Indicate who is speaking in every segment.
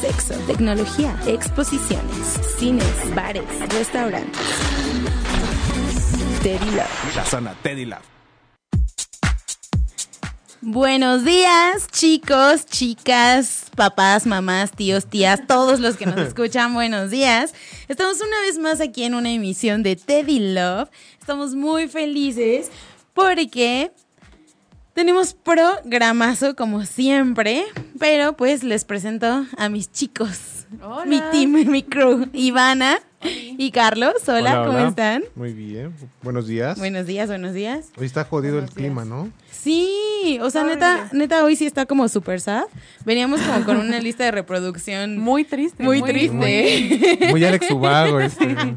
Speaker 1: Sexo, tecnología, exposiciones, cines, bares, restaurantes. Teddy Love.
Speaker 2: La zona Teddy Love.
Speaker 3: Buenos días, chicos, chicas, papás, mamás, tíos, tías, todos los que nos escuchan, buenos días. Estamos una vez más aquí en una emisión de Teddy Love. Estamos muy felices porque tenemos programazo como siempre, pero pues les presento a mis chicos, mi team, mi crew, Ivana y Carlos. Hola, ¿cómo están?
Speaker 4: Muy bien. Buenos días.
Speaker 3: Buenos días, buenos días.
Speaker 4: Hoy está jodido el clima, ¿no?
Speaker 3: Sí, o sea, neta, neta hoy sí está como super sad. Veníamos como con una lista de reproducción muy,
Speaker 5: Muy triste.
Speaker 3: triste,
Speaker 4: Muy Alex Ubago este.
Speaker 5: Muy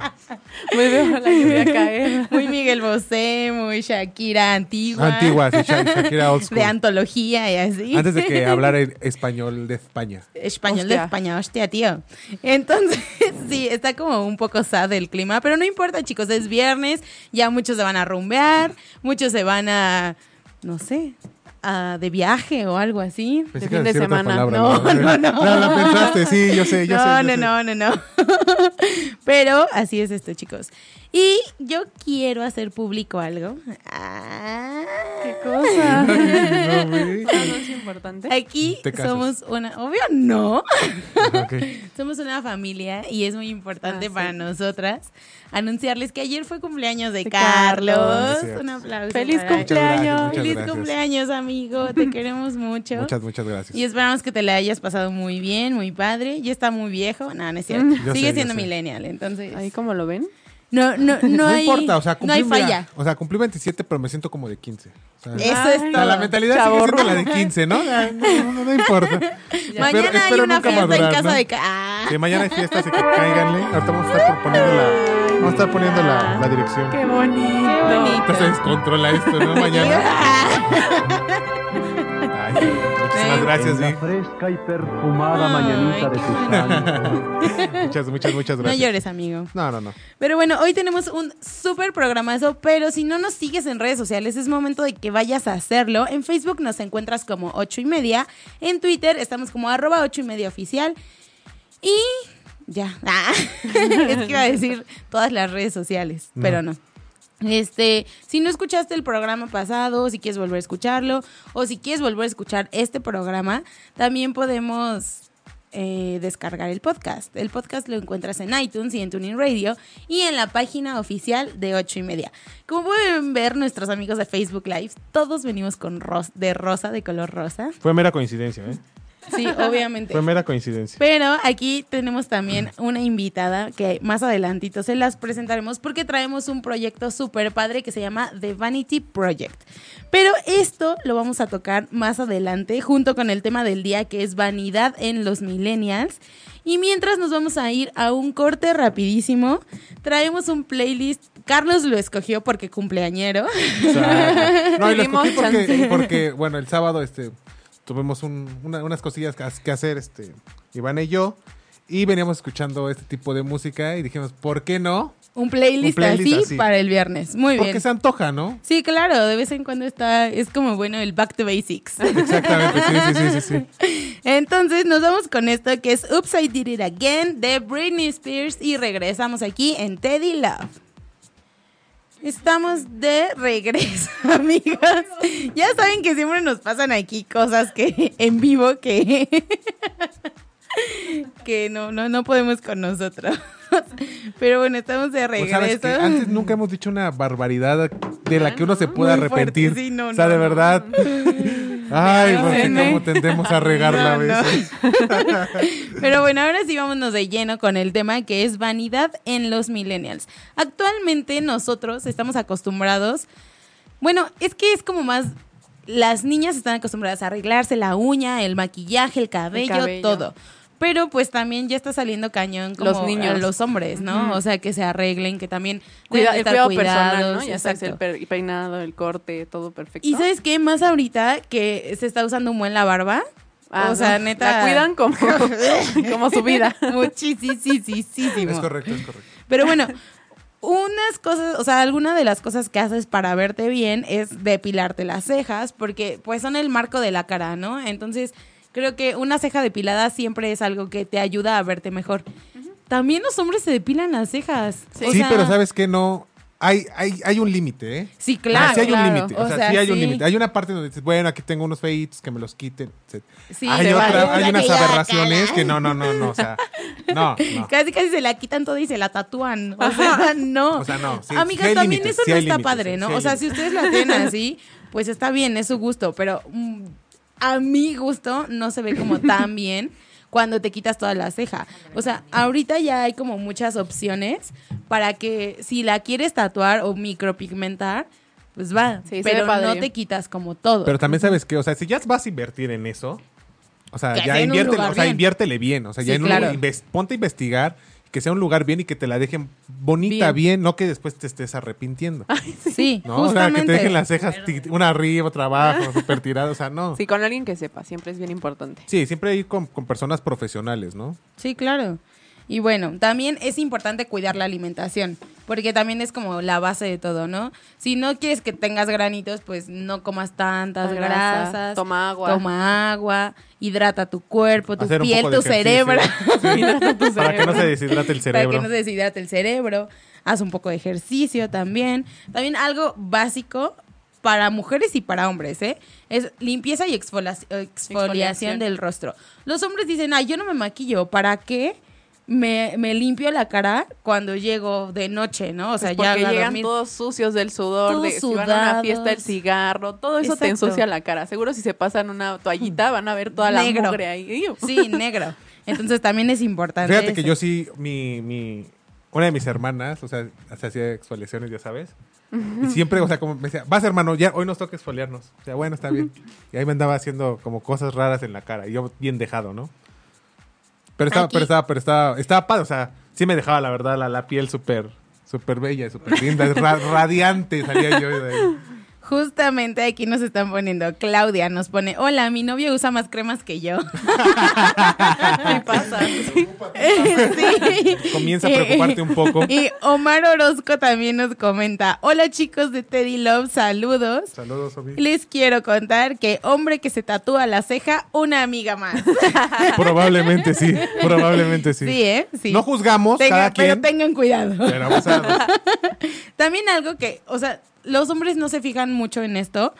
Speaker 5: veo la que voy a caer.
Speaker 3: muy Miguel Bosé, muy Shakira antigua,
Speaker 4: Antigua, sí, Sha- Shakira Old School.
Speaker 3: de antología y así.
Speaker 4: Antes de que hablara el español de España.
Speaker 3: Español de
Speaker 5: Hostia.
Speaker 3: España, hostia, tío. Entonces, sí, está como un poco sad el clima, pero no importa, chicos, es viernes, ya muchos se van a rumbear, muchos se van a, no sé, a- de viaje o algo así.
Speaker 4: Pensé
Speaker 5: De
Speaker 4: que
Speaker 5: fin de
Speaker 4: decía otra
Speaker 5: semana.
Speaker 4: palabra,
Speaker 3: No, Ah, no, no.
Speaker 4: la pensaste, sí, yo sé, yo
Speaker 3: no,
Speaker 4: sé. yo
Speaker 3: no,
Speaker 4: sé.
Speaker 3: no, no, no. Pero así es esto, chicos. Y yo quiero hacer público algo. Ah.
Speaker 5: Qué cosa.
Speaker 4: No, güey.
Speaker 5: ¿No es importante?
Speaker 3: Aquí
Speaker 4: Te casas. Ah,
Speaker 3: somos una, obvio no,
Speaker 4: Ok.
Speaker 3: somos una familia y es muy importante
Speaker 5: Ah, sí.
Speaker 3: para nosotras anunciarles que ayer fue cumpleaños de,
Speaker 5: De
Speaker 3: Carlos.
Speaker 5: Carlos.
Speaker 4: Ah, Sí, cierto.
Speaker 3: Un aplauso.
Speaker 5: Feliz
Speaker 3: para él.
Speaker 4: Muchas gracias, muchas
Speaker 3: Feliz
Speaker 4: gracias.
Speaker 3: cumpleaños, amigo. Te queremos mucho.
Speaker 4: Muchas, muchas gracias.
Speaker 3: Y esperamos que te la hayas pasado muy bien, muy padre. Ya está muy viejo. No, no es cierto.
Speaker 4: Yo
Speaker 3: Sigue
Speaker 4: sé, yo
Speaker 3: siendo
Speaker 4: sé.
Speaker 3: millennial, entonces.
Speaker 5: Ahí como lo ven.
Speaker 3: No, no, no,
Speaker 4: No
Speaker 3: hay,
Speaker 4: importa, o sea,
Speaker 3: no hay
Speaker 4: cumplí mira,
Speaker 3: falla.
Speaker 4: O sea, cumplí 27, pero me siento como de 15. O sea,
Speaker 3: Eso
Speaker 5: Ay,
Speaker 3: es
Speaker 4: o sea,
Speaker 3: todo.
Speaker 4: la mentalidad sigue siendo la de 15, ¿no? No, no, no, no importa.
Speaker 3: Mañana
Speaker 4: Espero-
Speaker 3: hay
Speaker 4: espero
Speaker 3: una fiesta
Speaker 4: nunca
Speaker 3: en
Speaker 4: madurar,
Speaker 3: casa
Speaker 4: ¿no?
Speaker 3: de... ca- Ah.
Speaker 4: Que mañana hay fiestas y que cáiganle. Ahorita vamos a estar por- poniendo la, vamos a estar poniendo la, la dirección.
Speaker 5: Qué bonito. Qué
Speaker 3: bonito.
Speaker 4: Ahorita se descontrola esto, ¿no? Mañana. Ay, muchísimas gracias,
Speaker 6: en la
Speaker 4: Vic.
Speaker 6: fresca y perfumada
Speaker 3: Ay,
Speaker 6: mañanita de
Speaker 3: qué
Speaker 6: tus años.
Speaker 4: Muchas, muchas, muchas
Speaker 3: No
Speaker 4: gracias.
Speaker 3: llores, amigo.
Speaker 4: No, no, no.
Speaker 3: Pero bueno, hoy tenemos un súper programazo, pero si no nos sigues en redes sociales, es momento de que vayas a hacerlo. En Facebook nos encuentras como 8 y media, en Twitter estamos como arroba 8 y media oficial y ya. Ah, es que iba a decir todas las redes sociales, pero no. Este, si no escuchaste el programa pasado, si quieres volver a escucharlo, o si quieres volver a escuchar este programa, también podemos eh, descargar el podcast. El podcast lo encuentras en iTunes y en Tuning Radio y en la página oficial de 8 y media. Como pueden ver nuestros amigos de Facebook Live, todos venimos con ros- de rosa, de color rosa.
Speaker 4: Fue mera coincidencia, ¿eh?
Speaker 3: Sí, obviamente.
Speaker 4: Fue mera coincidencia.
Speaker 3: Pero aquí tenemos también una invitada que más adelantito se las presentaremos porque traemos un proyecto súper padre que se llama The Vanity Project. Pero esto lo vamos a tocar más adelante junto con el tema del día que es vanidad en los millennials. Y mientras nos vamos a ir a un corte rapidísimo, traemos un playlist. Carlos lo escogió porque cumpleañero.
Speaker 4: O sea, no, y lo
Speaker 5: Tuvimos
Speaker 4: escogí porque,
Speaker 5: chance.
Speaker 4: porque, bueno, el sábado este, tuvimos un- una- unas cosillas que, que hacer, este, Iván y yo. Y veníamos escuchando este tipo de música y dijimos, ¿por qué no?
Speaker 3: Un playlist,
Speaker 4: Un playlist
Speaker 3: así,
Speaker 4: así.
Speaker 3: para el viernes. Muy
Speaker 4: Porque
Speaker 3: bien.
Speaker 4: se antoja, ¿no?
Speaker 3: Sí, claro, de vez en cuando está, es como bueno el back to basics.
Speaker 4: Exactamente, sí, sí, sí, sí. sí.
Speaker 3: Entonces nos vamos con esto que es Oops, I Did It Again de Britney Spears y regresamos aquí en Teddy Love. Estamos de regreso, amigos. Ya saben que siempre nos pasan aquí cosas que en vivo que, que no, no, no podemos con nosotros. Pero bueno, estamos de
Speaker 4: Pues,
Speaker 3: regreso.
Speaker 4: ¿sabes qué? Antes nunca hemos dicho una barbaridad de la que uno se pueda
Speaker 3: Muy fuerte,
Speaker 4: arrepentir.
Speaker 3: sí, no,
Speaker 4: o sea,
Speaker 3: no,
Speaker 4: de
Speaker 3: no.
Speaker 4: verdad. Ay,
Speaker 3: No,
Speaker 4: porque
Speaker 3: no.
Speaker 4: cómo tendemos a regarla a
Speaker 3: No, no.
Speaker 4: veces.
Speaker 3: Pero bueno, ahora sí vámonos de lleno con el tema que es vanidad en los millennials. Actualmente nosotros estamos acostumbrados, bueno, es que es como más, las niñas están acostumbradas a arreglarse la uña, el maquillaje, el cabello,
Speaker 5: cabello.
Speaker 3: todo. Pero pues también ya está saliendo cañón como
Speaker 5: Los niños.
Speaker 3: a los hombres, ¿no? O sea, que se arreglen, que también
Speaker 5: Cuida-
Speaker 3: deben
Speaker 5: el
Speaker 3: estar
Speaker 5: cuidado
Speaker 3: cuidados,
Speaker 5: personal, ¿no? Ya sabes, el
Speaker 3: exacto.
Speaker 5: per- peinado, el corte, todo perfecto.
Speaker 3: Y ¿sabes qué? Más ahorita que se está usando un buen la barba.
Speaker 5: Ah,
Speaker 3: o sea,
Speaker 5: no,
Speaker 3: neta...
Speaker 5: La cuidan como, como su vida.
Speaker 3: Muchísimo.
Speaker 4: Es correcto, es correcto.
Speaker 3: Pero bueno, unas cosas, o sea, alguna de las cosas que haces para verte bien es depilarte las cejas, porque pues son el marco de la cara, ¿no? Entonces, creo que una ceja depilada siempre es algo que te ayuda a verte mejor. También los hombres se depilan las cejas.
Speaker 5: Sí.
Speaker 3: O
Speaker 4: sí,
Speaker 3: sea,
Speaker 4: pero sabes que no. Hay, hay, hay un límite, ¿eh?
Speaker 3: Sí, claro.
Speaker 4: Ah, sí hay
Speaker 5: claro.
Speaker 4: un límite. O,
Speaker 3: O
Speaker 4: sea,
Speaker 3: sea,
Speaker 4: sí hay un
Speaker 3: sí.
Speaker 4: límite. Hay una parte donde dices, bueno, aquí tengo unos feitos que me los quiten. etc.
Speaker 3: Sí,
Speaker 4: hay,
Speaker 3: te
Speaker 4: otra-
Speaker 3: vale.
Speaker 4: hay unas
Speaker 3: Ya, ya,
Speaker 4: aberraciones
Speaker 3: cala.
Speaker 4: que no, no, no, no. O sea, no, no.
Speaker 3: Casi, casi se la quitan toda y se la tatúan. O sea, no.
Speaker 4: O sea, no, sí,
Speaker 3: Amigas,
Speaker 4: sí hay
Speaker 3: también
Speaker 4: límites,
Speaker 3: eso
Speaker 4: sí
Speaker 3: no
Speaker 4: hay
Speaker 3: está
Speaker 4: límites,
Speaker 3: padre, ¿no?
Speaker 4: sí hay
Speaker 3: o sea, si
Speaker 4: límites.
Speaker 3: ustedes la tienen así, pues está bien, es su gusto. Pero mm, a mi gusto no se ve como tan bien cuando te quitas toda la ceja. O sea, ahorita ya hay como muchas opciones para que si la quieres tatuar o micropigmentar, pues va.
Speaker 5: Sí, se ve
Speaker 3: pero
Speaker 5: padre.
Speaker 3: no te quitas como todo.
Speaker 4: Pero también sabes que, o sea, si ya vas a invertir en eso, o sea,
Speaker 3: Que sea
Speaker 4: ya
Speaker 3: en un
Speaker 4: inviértele,
Speaker 3: lugar
Speaker 4: o sea,
Speaker 3: bien.
Speaker 4: inviértele bien. O sea, ya
Speaker 3: Sí,
Speaker 4: en un-
Speaker 3: claro.
Speaker 4: inves- ponte a investigar, que sea un lugar bien y que te la dejen bonita, bien,
Speaker 3: Bien.
Speaker 4: no que después te estés arrepintiendo.
Speaker 3: sí,
Speaker 4: ¿no? O sea, que
Speaker 3: justamente.
Speaker 4: te dejen las cejas ti- una arriba, otra abajo, súper tirada, o sea, no. Sí,
Speaker 5: Sí, con alguien que sepa, siempre es bien importante.
Speaker 4: siempre ir con, con personas profesionales, ¿no?
Speaker 3: Sí, claro. Y bueno, también es importante cuidar la alimentación, porque también es como la base de todo, ¿no? Si no quieres que tengas granitos, pues no comas tantas
Speaker 5: Tanta grasa,
Speaker 3: grasas.
Speaker 5: toma agua.
Speaker 3: Toma agua, hidrata tu cuerpo, tu
Speaker 4: Hacer un
Speaker 3: piel,
Speaker 4: poco de
Speaker 3: tu
Speaker 4: ejercicio.
Speaker 3: cerebro.
Speaker 5: Hidrata tu
Speaker 4: Para que no se
Speaker 5: cerebro.
Speaker 4: deshidrate
Speaker 3: Para
Speaker 4: el
Speaker 3: que
Speaker 4: cerebro.
Speaker 3: no se deshidrate el cerebro. Haz un poco de ejercicio también. También algo básico para mujeres y para hombres, ¿eh? Es limpieza y exfolia- exfoliación,
Speaker 5: Exfoliación.
Speaker 3: del rostro. Los hombres dicen, ah, yo no me maquillo, ¿para qué? Me, me limpio la cara cuando llego de noche, ¿no? O sea,
Speaker 5: Pues
Speaker 3: ya
Speaker 5: porque
Speaker 3: voy a
Speaker 5: llegan
Speaker 3: dormir.
Speaker 5: todos sucios del sudor,
Speaker 3: Todos
Speaker 5: de si van a una fiesta el
Speaker 3: sudados.
Speaker 5: cigarro, todo eso te
Speaker 3: Exacto.
Speaker 5: ensucia la cara. Seguro si se pasan una toallita van a ver toda la
Speaker 3: Negro.
Speaker 5: mugre ahí. Iu.
Speaker 3: Sí, negro. Entonces también es importante.
Speaker 4: Fíjate que
Speaker 3: eso.
Speaker 4: yo sí, mi, mi, una de mis hermanas, o sea, se hacía exfoliaciones, ya sabes. Y siempre, o sea, como me decía, vas hermano, ya hoy nos toca exfoliarnos. O sea, bueno, está bien. Y ahí me andaba haciendo como cosas raras en la cara. Y yo bien dejado, ¿no? Pero estaba,
Speaker 3: Aquí.
Speaker 4: pero estaba, pero estaba, estaba padre. O sea, sí me dejaba, la verdad, la, la piel súper, súper bella, y súper linda, ra- radiante salía yo de ahí.
Speaker 3: Justamente aquí nos están poniendo, Claudia nos pone, hola, mi novio usa más cremas que yo.
Speaker 5: ¿Qué pasa?
Speaker 3: Sí.
Speaker 4: Comienza a preocuparte un poco.
Speaker 3: Y Omar Orozco también nos comenta, hola chicos de Teddy Love, saludos.
Speaker 4: Saludos, Obi.
Speaker 3: Les quiero contar que hombre que se tatúa la ceja, una amiga más.
Speaker 4: Probablemente sí, probablemente sí.
Speaker 3: Sí, ¿eh? Sí.
Speaker 4: No juzgamos
Speaker 3: Tenga-
Speaker 4: cada
Speaker 3: pero
Speaker 4: quien.
Speaker 3: tengan cuidado.
Speaker 4: Pero, o sea,
Speaker 3: También algo que, o sea, los hombres no se fijan mucho en esto,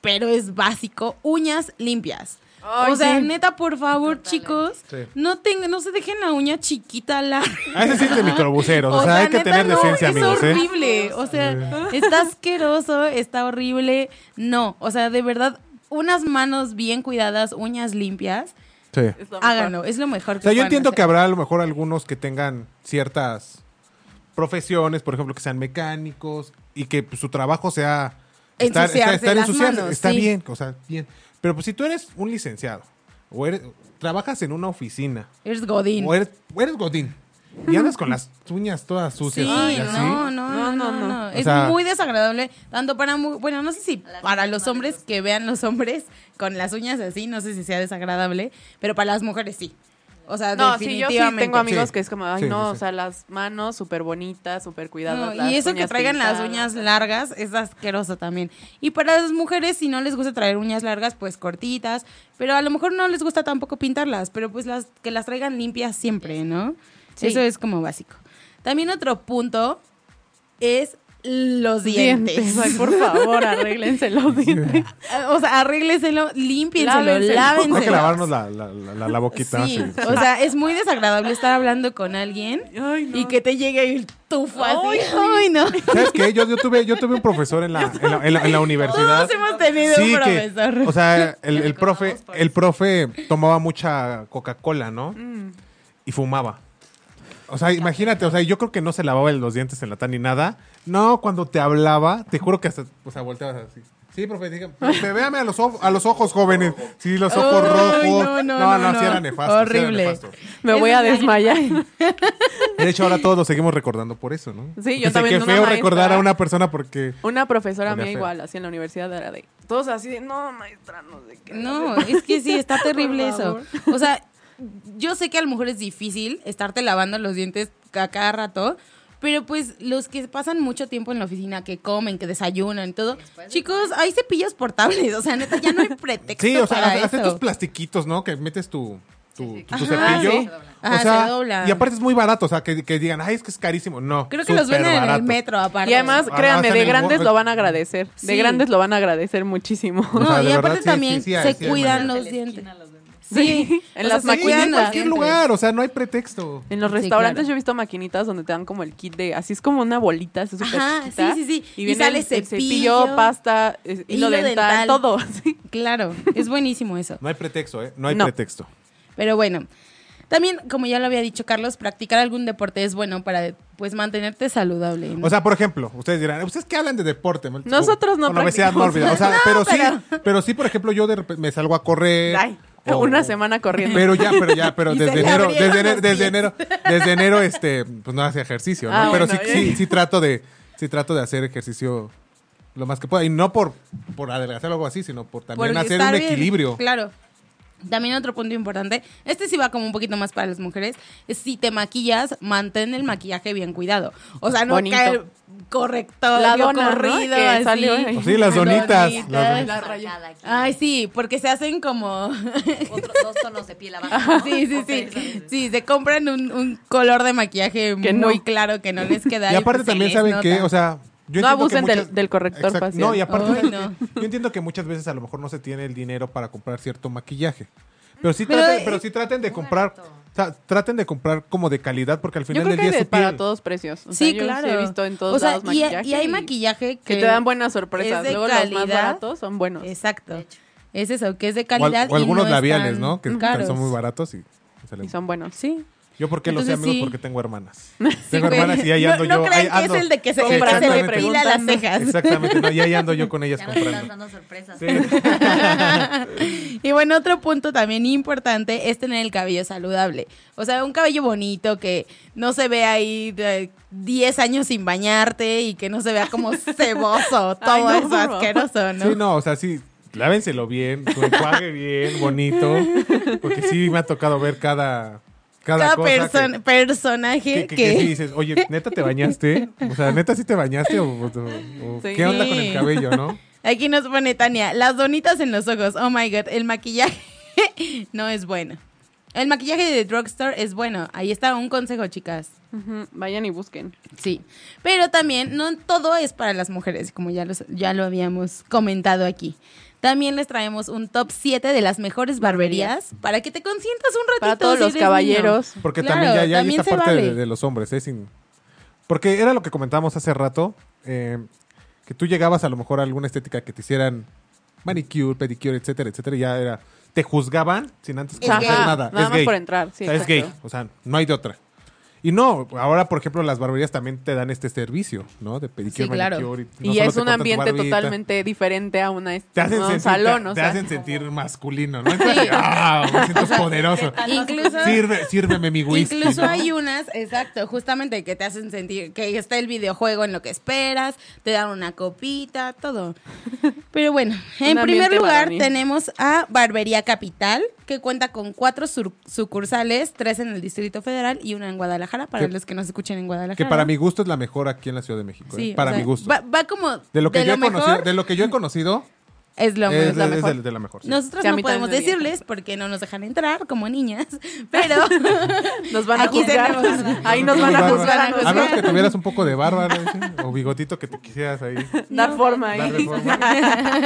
Speaker 3: pero es básico, uñas limpias.
Speaker 5: Ay,
Speaker 3: o sea,
Speaker 5: sí.
Speaker 3: neta, por favor, chicos,
Speaker 4: Sí.
Speaker 3: no, tengan- no se dejen la uña chiquita larga.
Speaker 4: A Ah, ese sí es de microbuseros. O, sea, hay que
Speaker 3: neta,
Speaker 4: tener
Speaker 3: no,
Speaker 4: decencia, amigos,
Speaker 3: Es
Speaker 4: ¿eh?
Speaker 3: horrible. O sea, está asqueroso, está horrible. No, o sea, de verdad, unas manos bien cuidadas, uñas limpias,
Speaker 4: Sí.
Speaker 5: Es lo mejor.
Speaker 3: háganlo, es lo mejor que
Speaker 4: O sea, yo
Speaker 3: puedan
Speaker 4: entiendo
Speaker 3: hacer.
Speaker 4: que habrá a lo mejor algunos que tengan ciertas profesiones, por ejemplo, que sean mecánicos y que pues, su trabajo sea
Speaker 3: Ensuciarse las
Speaker 4: ensuciado.
Speaker 3: manos,
Speaker 4: está
Speaker 3: sí.
Speaker 4: bien, o sea, bien. Pero pues si tú eres un licenciado o eres, trabajas en una oficina
Speaker 3: Eres Godín.
Speaker 4: o eres, o eres godín y andas con las uñas todas
Speaker 3: Sí,
Speaker 4: sucias y así,
Speaker 3: no, no, no, no, no.
Speaker 5: no.
Speaker 3: Es
Speaker 4: sea-
Speaker 3: muy desagradable, tanto para, mu- bueno, no sé si para los hombres que vean los hombres con las uñas así, no sé si sea desagradable, pero para las mujeres sí. O sea,
Speaker 5: No, sí, yo sí
Speaker 3: definitivamente.
Speaker 5: tengo amigos
Speaker 4: Sí.
Speaker 5: que es como, ay,
Speaker 4: Sí, sí,
Speaker 5: no,
Speaker 4: sí.
Speaker 5: o sea, las manos súper bonitas, súper cuidadas.
Speaker 3: No,
Speaker 5: las
Speaker 3: y eso que
Speaker 5: uñas
Speaker 3: traigan las
Speaker 5: pintadas.
Speaker 3: uñas largas es asqueroso también. Y para las mujeres, si no les gusta traer uñas largas, pues cortitas, pero a lo mejor no les gusta tampoco pintarlas, pero pues las que las traigan limpias siempre, ¿no?
Speaker 5: Sí.
Speaker 3: Eso es como básico. También otro punto es los dientes.
Speaker 5: Dientes. Ay, por favor, arréglense los dientes.
Speaker 3: O sea, arrégleselo, límpienselo,
Speaker 5: Lávenselo.
Speaker 3: lávenselo.
Speaker 4: Hay que lavarnos la, la, la- la- la boquita.
Speaker 3: Sí,
Speaker 4: sí.
Speaker 3: o sea, es muy desagradable estar hablando con alguien
Speaker 5: Ay, no.
Speaker 3: y que te llegue el tufo así.
Speaker 5: Ay,
Speaker 3: Ay, no.
Speaker 4: ¿Sabes qué? Yo, yo, tuve, yo tuve un profesor en la, en la, en la- en la universidad.
Speaker 3: Todos hemos tenido
Speaker 4: Sí,
Speaker 3: un
Speaker 4: que,
Speaker 3: profesor.
Speaker 4: o sea, el, el
Speaker 5: Lo
Speaker 4: profe,
Speaker 5: conocemos por
Speaker 4: el
Speaker 5: eso. Mm.
Speaker 4: profe tomaba mucha Coca-Cola, ¿no? Y fumaba. O sea, imagínate, o sea, yo creo que no se lavaba los dientes en la tan ni nada. No, cuando te hablaba, te juro que hasta, o sea, volteabas así. Sí, profe, dígame. Profe, véame a los, o- a los ojos, jóvenes. Sí, los ojos
Speaker 3: Ay,
Speaker 4: rojos.
Speaker 3: no, no, no, no.
Speaker 4: sí era nefasto. sí era
Speaker 3: Horrible.
Speaker 4: nefasto.
Speaker 5: Me voy a desmayar.
Speaker 4: De hecho, ahora todos lo seguimos recordando por eso, ¿no?
Speaker 5: Sí, yo
Speaker 4: Dice,
Speaker 5: también,
Speaker 4: Qué
Speaker 5: una
Speaker 4: feo
Speaker 5: maestra.
Speaker 4: recordar a una persona porque.
Speaker 5: Una profesora
Speaker 4: Olía
Speaker 5: mía
Speaker 4: feo.
Speaker 5: igual, así en la universidad era de... Todos así de, no, maestra, no sé qué.
Speaker 3: No, es que sí, está terrible
Speaker 5: Por
Speaker 3: eso.
Speaker 5: favor.
Speaker 3: O sea, yo sé que a lo mejor es difícil estarte lavando los dientes a cada rato, pero pues los que pasan mucho tiempo en la oficina, que comen, que desayunan, todo. Chicos, hay cepillos portables, o sea, neta, ya no hay pretexto
Speaker 4: Sí, o sea,
Speaker 3: para
Speaker 4: hace
Speaker 3: eso.
Speaker 4: tus plastiquitos, ¿no? Que metes tu, tu,
Speaker 7: sí,
Speaker 4: tu- tu
Speaker 3: claro. Ajá,
Speaker 4: cepillo.
Speaker 3: sí. Ajá,
Speaker 4: o sea,
Speaker 3: se dobla.
Speaker 4: Y aparte es muy barato, o sea, que, que digan, ay, es que es carísimo. No.
Speaker 3: Creo que los venden en el
Speaker 4: superbarato.
Speaker 3: metro, aparte.
Speaker 5: Y además,
Speaker 4: Ah,
Speaker 5: créanme,
Speaker 4: hasta en
Speaker 5: de
Speaker 4: el
Speaker 5: grandes
Speaker 4: Walmart.
Speaker 5: lo van a agradecer. De
Speaker 3: Sí.
Speaker 5: grandes lo van a agradecer muchísimo.
Speaker 4: O
Speaker 3: No,
Speaker 4: sea, de
Speaker 3: y
Speaker 4: verdad,
Speaker 3: aparte
Speaker 4: sí,
Speaker 3: también
Speaker 4: sí, sí hay,
Speaker 3: se
Speaker 4: sí hay
Speaker 3: cuidan
Speaker 4: manera.
Speaker 3: los dientes.
Speaker 5: Sí, en
Speaker 3: O sea,
Speaker 5: las
Speaker 3: se
Speaker 4: Sí,
Speaker 3: cuidan
Speaker 4: en
Speaker 3: los
Speaker 5: maquinitas.
Speaker 4: cualquier
Speaker 3: dientes.
Speaker 4: lugar, o sea, no hay pretexto.
Speaker 5: En los
Speaker 3: Sí,
Speaker 5: restaurantes
Speaker 3: claro.
Speaker 5: yo he visto maquinitas donde te dan como el kit de, así es como una bolita, así súper
Speaker 3: Ajá,
Speaker 5: chiquita.
Speaker 3: sí, sí, sí. Y
Speaker 5: Y viene
Speaker 3: sale
Speaker 5: el,
Speaker 3: cepillo,
Speaker 5: el cepillo, pasta, eh,
Speaker 3: hilo
Speaker 5: hilo dental,
Speaker 3: dental.
Speaker 5: todo. sí.
Speaker 3: Claro, es buenísimo eso.
Speaker 4: No hay pretexto, ¿eh? No hay
Speaker 5: No.
Speaker 4: pretexto.
Speaker 3: Pero bueno, también, como ya lo había dicho Carlos, practicar algún deporte es bueno para pues mantenerte saludable. ¿no?
Speaker 4: O sea, por ejemplo, ustedes dirán, ¿ustedes qué hablan de deporte? maldito?"
Speaker 5: Nosotros no
Speaker 4: Con obesidad
Speaker 5: practicamos.
Speaker 4: mórbida. O sea, pero, sí, pero sí, por ejemplo, yo de repente me salgo a correr.
Speaker 5: Ay,
Speaker 4: o-
Speaker 5: una semana corriendo.
Speaker 4: Oh. Pero ya, pero ya, pero
Speaker 3: Y se
Speaker 4: desde
Speaker 3: le
Speaker 4: enero,
Speaker 3: abrieron
Speaker 4: desde enero,
Speaker 3: los
Speaker 4: desde
Speaker 3: pies.
Speaker 4: enero, desde enero, este, pues no hace ejercicio, ¿no?
Speaker 5: Ah,
Speaker 4: pero
Speaker 5: bueno,
Speaker 4: sí,
Speaker 5: ya.
Speaker 4: sí, sí trato de, sí trato de hacer ejercicio lo más que pueda. Y no por, por adelgazar o algo así, sino por también
Speaker 3: Porque
Speaker 4: hacer
Speaker 3: estar
Speaker 4: un
Speaker 3: bien,
Speaker 4: equilibrio.
Speaker 3: Claro. También otro punto importante, este sí va como un poquito más para las mujeres, es si te maquillas, mantén el maquillaje bien cuidado. O sea, no
Speaker 5: Bonito.
Speaker 3: cae correcto,
Speaker 5: La
Speaker 3: digo,
Speaker 5: dona, ¿no?
Speaker 3: corrido,
Speaker 5: Que
Speaker 3: así.
Speaker 5: salió ahí.
Speaker 4: O Pues sí, las donitas, las donitas.
Speaker 7: La rayada aquí.
Speaker 3: Ay, sí, porque se hacen como...
Speaker 7: Otros dos tonos de piel abajo. ¿no?
Speaker 3: Ah, Sí, sí,
Speaker 7: Ok,
Speaker 3: sí.
Speaker 7: ¿sabes?
Speaker 3: Sí, se compran un, un color de maquillaje
Speaker 5: Que no.
Speaker 3: muy claro que no les queda.
Speaker 4: Y aparte
Speaker 3: pues, se
Speaker 4: también
Speaker 3: les
Speaker 4: saben
Speaker 3: nota.
Speaker 4: que, o sea, yo
Speaker 5: No
Speaker 4: entiendo que
Speaker 5: abusen del-
Speaker 4: muchas-
Speaker 5: del corrector
Speaker 4: Exacto.
Speaker 5: facial.
Speaker 4: No, y aparte,
Speaker 3: Ay, no.
Speaker 4: yo entiendo que muchas veces a lo mejor no se tiene el dinero para comprar cierto maquillaje. Pero sí,
Speaker 3: Pero,
Speaker 4: traten,
Speaker 3: eh,
Speaker 4: pero sí traten de comprar, tra- traten de comprar como de calidad, porque al
Speaker 5: yo
Speaker 4: final
Speaker 5: creo
Speaker 4: del
Speaker 5: que hay
Speaker 4: día es
Speaker 5: de
Speaker 4: su
Speaker 5: para
Speaker 4: piel.
Speaker 5: todos precios. O sea,
Speaker 3: sí,
Speaker 5: yo
Speaker 3: claro.
Speaker 5: he visto en todos
Speaker 3: o sea,
Speaker 5: lados
Speaker 3: y,
Speaker 5: maquillaje.
Speaker 3: y hay maquillaje que,
Speaker 5: que te dan buenas sorpresas.
Speaker 3: es de
Speaker 5: Luego los más
Speaker 3: calidad.
Speaker 5: baratos son buenos.
Speaker 3: Exacto.
Speaker 7: De hecho.
Speaker 3: Es eso, que es de
Speaker 4: O al-
Speaker 3: calidad.
Speaker 4: O, algunos
Speaker 3: y no
Speaker 4: labiales,
Speaker 3: están
Speaker 4: ¿no? Que
Speaker 3: caros.
Speaker 4: son muy baratos y... salen-
Speaker 5: Y son buenos.
Speaker 3: Sí.
Speaker 4: Yo porque lo sé,
Speaker 3: Entonces,
Speaker 4: amigos,
Speaker 3: sí.
Speaker 4: porque tengo hermanas. tengo
Speaker 3: güey.
Speaker 4: hermanas y ahí
Speaker 3: No-
Speaker 4: ando
Speaker 3: no
Speaker 4: yo.
Speaker 3: crean
Speaker 4: ahí
Speaker 3: que es
Speaker 4: ando-
Speaker 3: el de que se
Speaker 4: Sí,
Speaker 3: compra, se le
Speaker 4: exactamente.
Speaker 3: pila las cejas.
Speaker 4: Exactamente, no, y ahí ando yo con ellas
Speaker 7: Ya nos estás
Speaker 4: comprando.
Speaker 7: dando sorpresas.
Speaker 3: Y bueno, otro punto también importante es tener el cabello saludable. O sea, un cabello bonito que no se vea ahí de 10 años sin bañarte y que no se vea como ceboso, todo
Speaker 5: Ay, no,
Speaker 3: eso
Speaker 5: por favor.
Speaker 3: asqueroso, ¿no?
Speaker 4: Sí, no, o sea, sí, lávenselo bien, su enjuague bien, bonito. Porque sí me ha tocado ver cada, cada,
Speaker 3: Cada
Speaker 4: cosa que-
Speaker 3: perso-
Speaker 4: Que,
Speaker 3: personaje que,
Speaker 4: que- que sí dices, oye, ¿neta te bañaste? O sea, ¿neta sí te bañaste? ¿O, o- o
Speaker 5: Sí.
Speaker 4: qué onda con el cabello, no?
Speaker 3: Aquí nos pone Tania, las donitas en los ojos. Oh my god, el maquillaje no es bueno. El maquillaje de drugstore es bueno. Ahí está un consejo, chicas.
Speaker 5: Ujú, Vayan y busquen.
Speaker 3: Sí, pero también no todo es para las mujeres, como ya, los- ya lo habíamos comentado aquí. También les traemos un top 7 de las mejores barberías para que te consientas un ratito.
Speaker 5: Para todos
Speaker 3: si
Speaker 5: los
Speaker 3: eres niño.
Speaker 5: caballeros.
Speaker 4: Porque
Speaker 3: Claro,
Speaker 4: también ya, ya
Speaker 3: también
Speaker 4: hay esta
Speaker 3: se
Speaker 4: parte de-
Speaker 3: vale.
Speaker 4: de, los hombres, ¿eh? Sin, porque era lo que comentábamos hace rato, eh, que tú llegabas a lo mejor a alguna estética que te hicieran manicure, pedicure, etcétera, etcétera, y ya era... Te juzgaban sin antes
Speaker 3: Es
Speaker 4: conocer
Speaker 3: gay.
Speaker 4: nada.
Speaker 5: Nada
Speaker 4: es
Speaker 5: más
Speaker 4: gay.
Speaker 5: por entrar. Sí,
Speaker 4: O sea, es
Speaker 5: exacto.
Speaker 4: gay, o sea, no hay de otra. Y no, ahora por ejemplo las barberías también te dan este servicio, ¿no? De pedicure,
Speaker 3: Sí, claro.
Speaker 4: manicure. no
Speaker 5: Y
Speaker 4: solo
Speaker 5: es
Speaker 4: te
Speaker 5: un
Speaker 4: cortan tu
Speaker 5: ambiente
Speaker 4: barbita.
Speaker 5: totalmente diferente a, una,
Speaker 4: Te hacen
Speaker 5: a un
Speaker 4: sentir,
Speaker 5: salón.
Speaker 4: te,
Speaker 5: o
Speaker 4: te
Speaker 5: sea.
Speaker 4: hacen sentir masculino, ¿no? Entonces, ah, me siento poderoso.
Speaker 3: Incluso,
Speaker 4: Sirve, sírveme mi whisky.
Speaker 3: Incluso
Speaker 4: ¿no?
Speaker 3: hay unas, exacto, justamente que te hacen sentir que está el videojuego en lo que esperas, te dan una copita, todo. Pero bueno, en
Speaker 5: Un
Speaker 3: primer
Speaker 5: ambiente
Speaker 3: lugar
Speaker 5: varonil.
Speaker 3: tenemos a Barbería Capital, que cuenta con cuatro sur- sucursales, tres en el Distrito Federal y una en Guadalajara, para
Speaker 4: Que-
Speaker 3: los que nos escuchen en Guadalajara.
Speaker 4: Que para mi gusto es la mejor aquí en la Ciudad de México. ¿eh?
Speaker 3: Sí, o
Speaker 4: para
Speaker 3: sea,
Speaker 4: mi gusto.
Speaker 3: Va, va como
Speaker 4: de lo que yo he
Speaker 3: mejor
Speaker 4: conocido, de lo que yo he conocido,
Speaker 3: es lo mejor.
Speaker 4: es, de,
Speaker 5: la
Speaker 4: es
Speaker 5: mejor.
Speaker 4: de- de la mejor. sí.
Speaker 3: Nosotros
Speaker 5: Sí, a
Speaker 3: no
Speaker 5: mí también
Speaker 3: podemos
Speaker 5: me diría.
Speaker 3: decirles porque no nos dejan entrar como niñas, pero
Speaker 5: Nos van a
Speaker 3: Aquí
Speaker 5: juzgar.
Speaker 3: tenemos-
Speaker 5: Ahí nos
Speaker 4: Tú,
Speaker 5: van a
Speaker 4: barba-
Speaker 5: juzgar. a
Speaker 4: A menos
Speaker 5: nosotros.
Speaker 4: que tuvieras un poco de barba, ¿no? o bigotito que te quisieras ahí.
Speaker 5: Dar forma ahí.
Speaker 4: darle forma.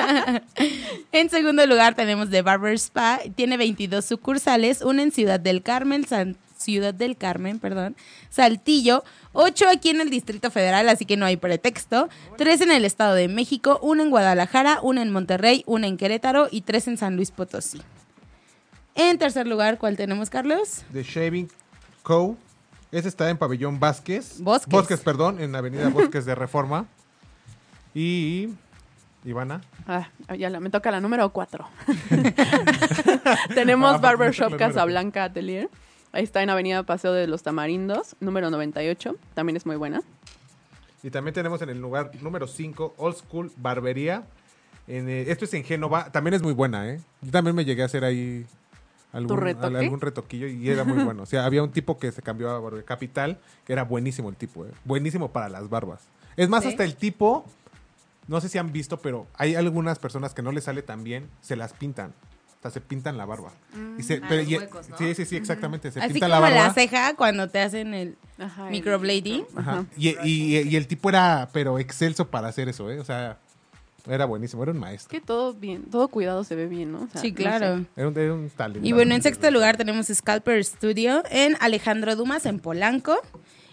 Speaker 3: En segundo lugar tenemos The Barber Spa, tiene 22 sucursales, una en Ciudad del Carmen, San- Ciudad del Carmen, perdón, Saltillo, ocho aquí en el Distrito Federal, así que no hay pretexto, tres en el Estado de México, una en Guadalajara, una en Monterrey, una en Querétaro y tres en San Luis Potosí. En tercer lugar, ¿cuál tenemos, Carlos?
Speaker 4: The Shaving Co. Ese está en Pabellón Vázquez.
Speaker 3: Bosques.
Speaker 4: Bosques, perdón, en Avenida Bosques de Reforma. Y Ivana.
Speaker 5: Ah, ya la- me toca la número 4. Tenemos
Speaker 4: Ah,
Speaker 5: Barbershop
Speaker 4: la número.
Speaker 5: Casablanca Atelier. Ahí está en Avenida Paseo de los Tamarindos, número 98. También es muy buena.
Speaker 4: Y también tenemos en el lugar número 5, Old School Barbería. En, eh, esto es en Génova. También es muy buena, ¿eh? Yo también me llegué a hacer ahí algún,
Speaker 5: retoque?
Speaker 4: al- algún retoquillo y era muy bueno. O sea, había un tipo que se cambió a Barbe- Capital, que era buenísimo el tipo, ¿eh? Buenísimo para las barbas. Es más,
Speaker 7: ¿Sí?
Speaker 4: hasta el tipo, no sé si han visto, pero hay algunas personas que no les sale tan bien, se las pintan. O sea, se pintan la barba. Y se,
Speaker 7: Ah,
Speaker 4: pero
Speaker 7: los
Speaker 4: y-
Speaker 7: huecos, ¿no?
Speaker 4: Sí, sí, sí, exactamente. Se
Speaker 3: Así
Speaker 4: pinta
Speaker 3: como
Speaker 4: la
Speaker 3: la,
Speaker 4: barba.
Speaker 3: ceja cuando te hacen el
Speaker 5: Ajá, el-
Speaker 3: microblading.
Speaker 4: Ajá. Y, y- y el tipo era, pero excelso para hacer eso, ¿eh? O sea, era buenísimo, era un
Speaker 5: Es
Speaker 4: maestro.
Speaker 5: que todo bien, todo cuidado se ve bien, ¿no? O sea,
Speaker 3: Sí,
Speaker 5: no
Speaker 3: claro.
Speaker 5: sé.
Speaker 4: Era un, era un talento.
Speaker 3: Y bueno, en sexto lugar tenemos Scalper Studio en Alejandro Dumas, en Polanco.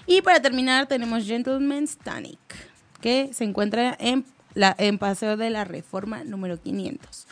Speaker 3: Y para terminar tenemos Gentleman's Tonic, que se encuentra en, la, en Paseo de la Reforma número 500.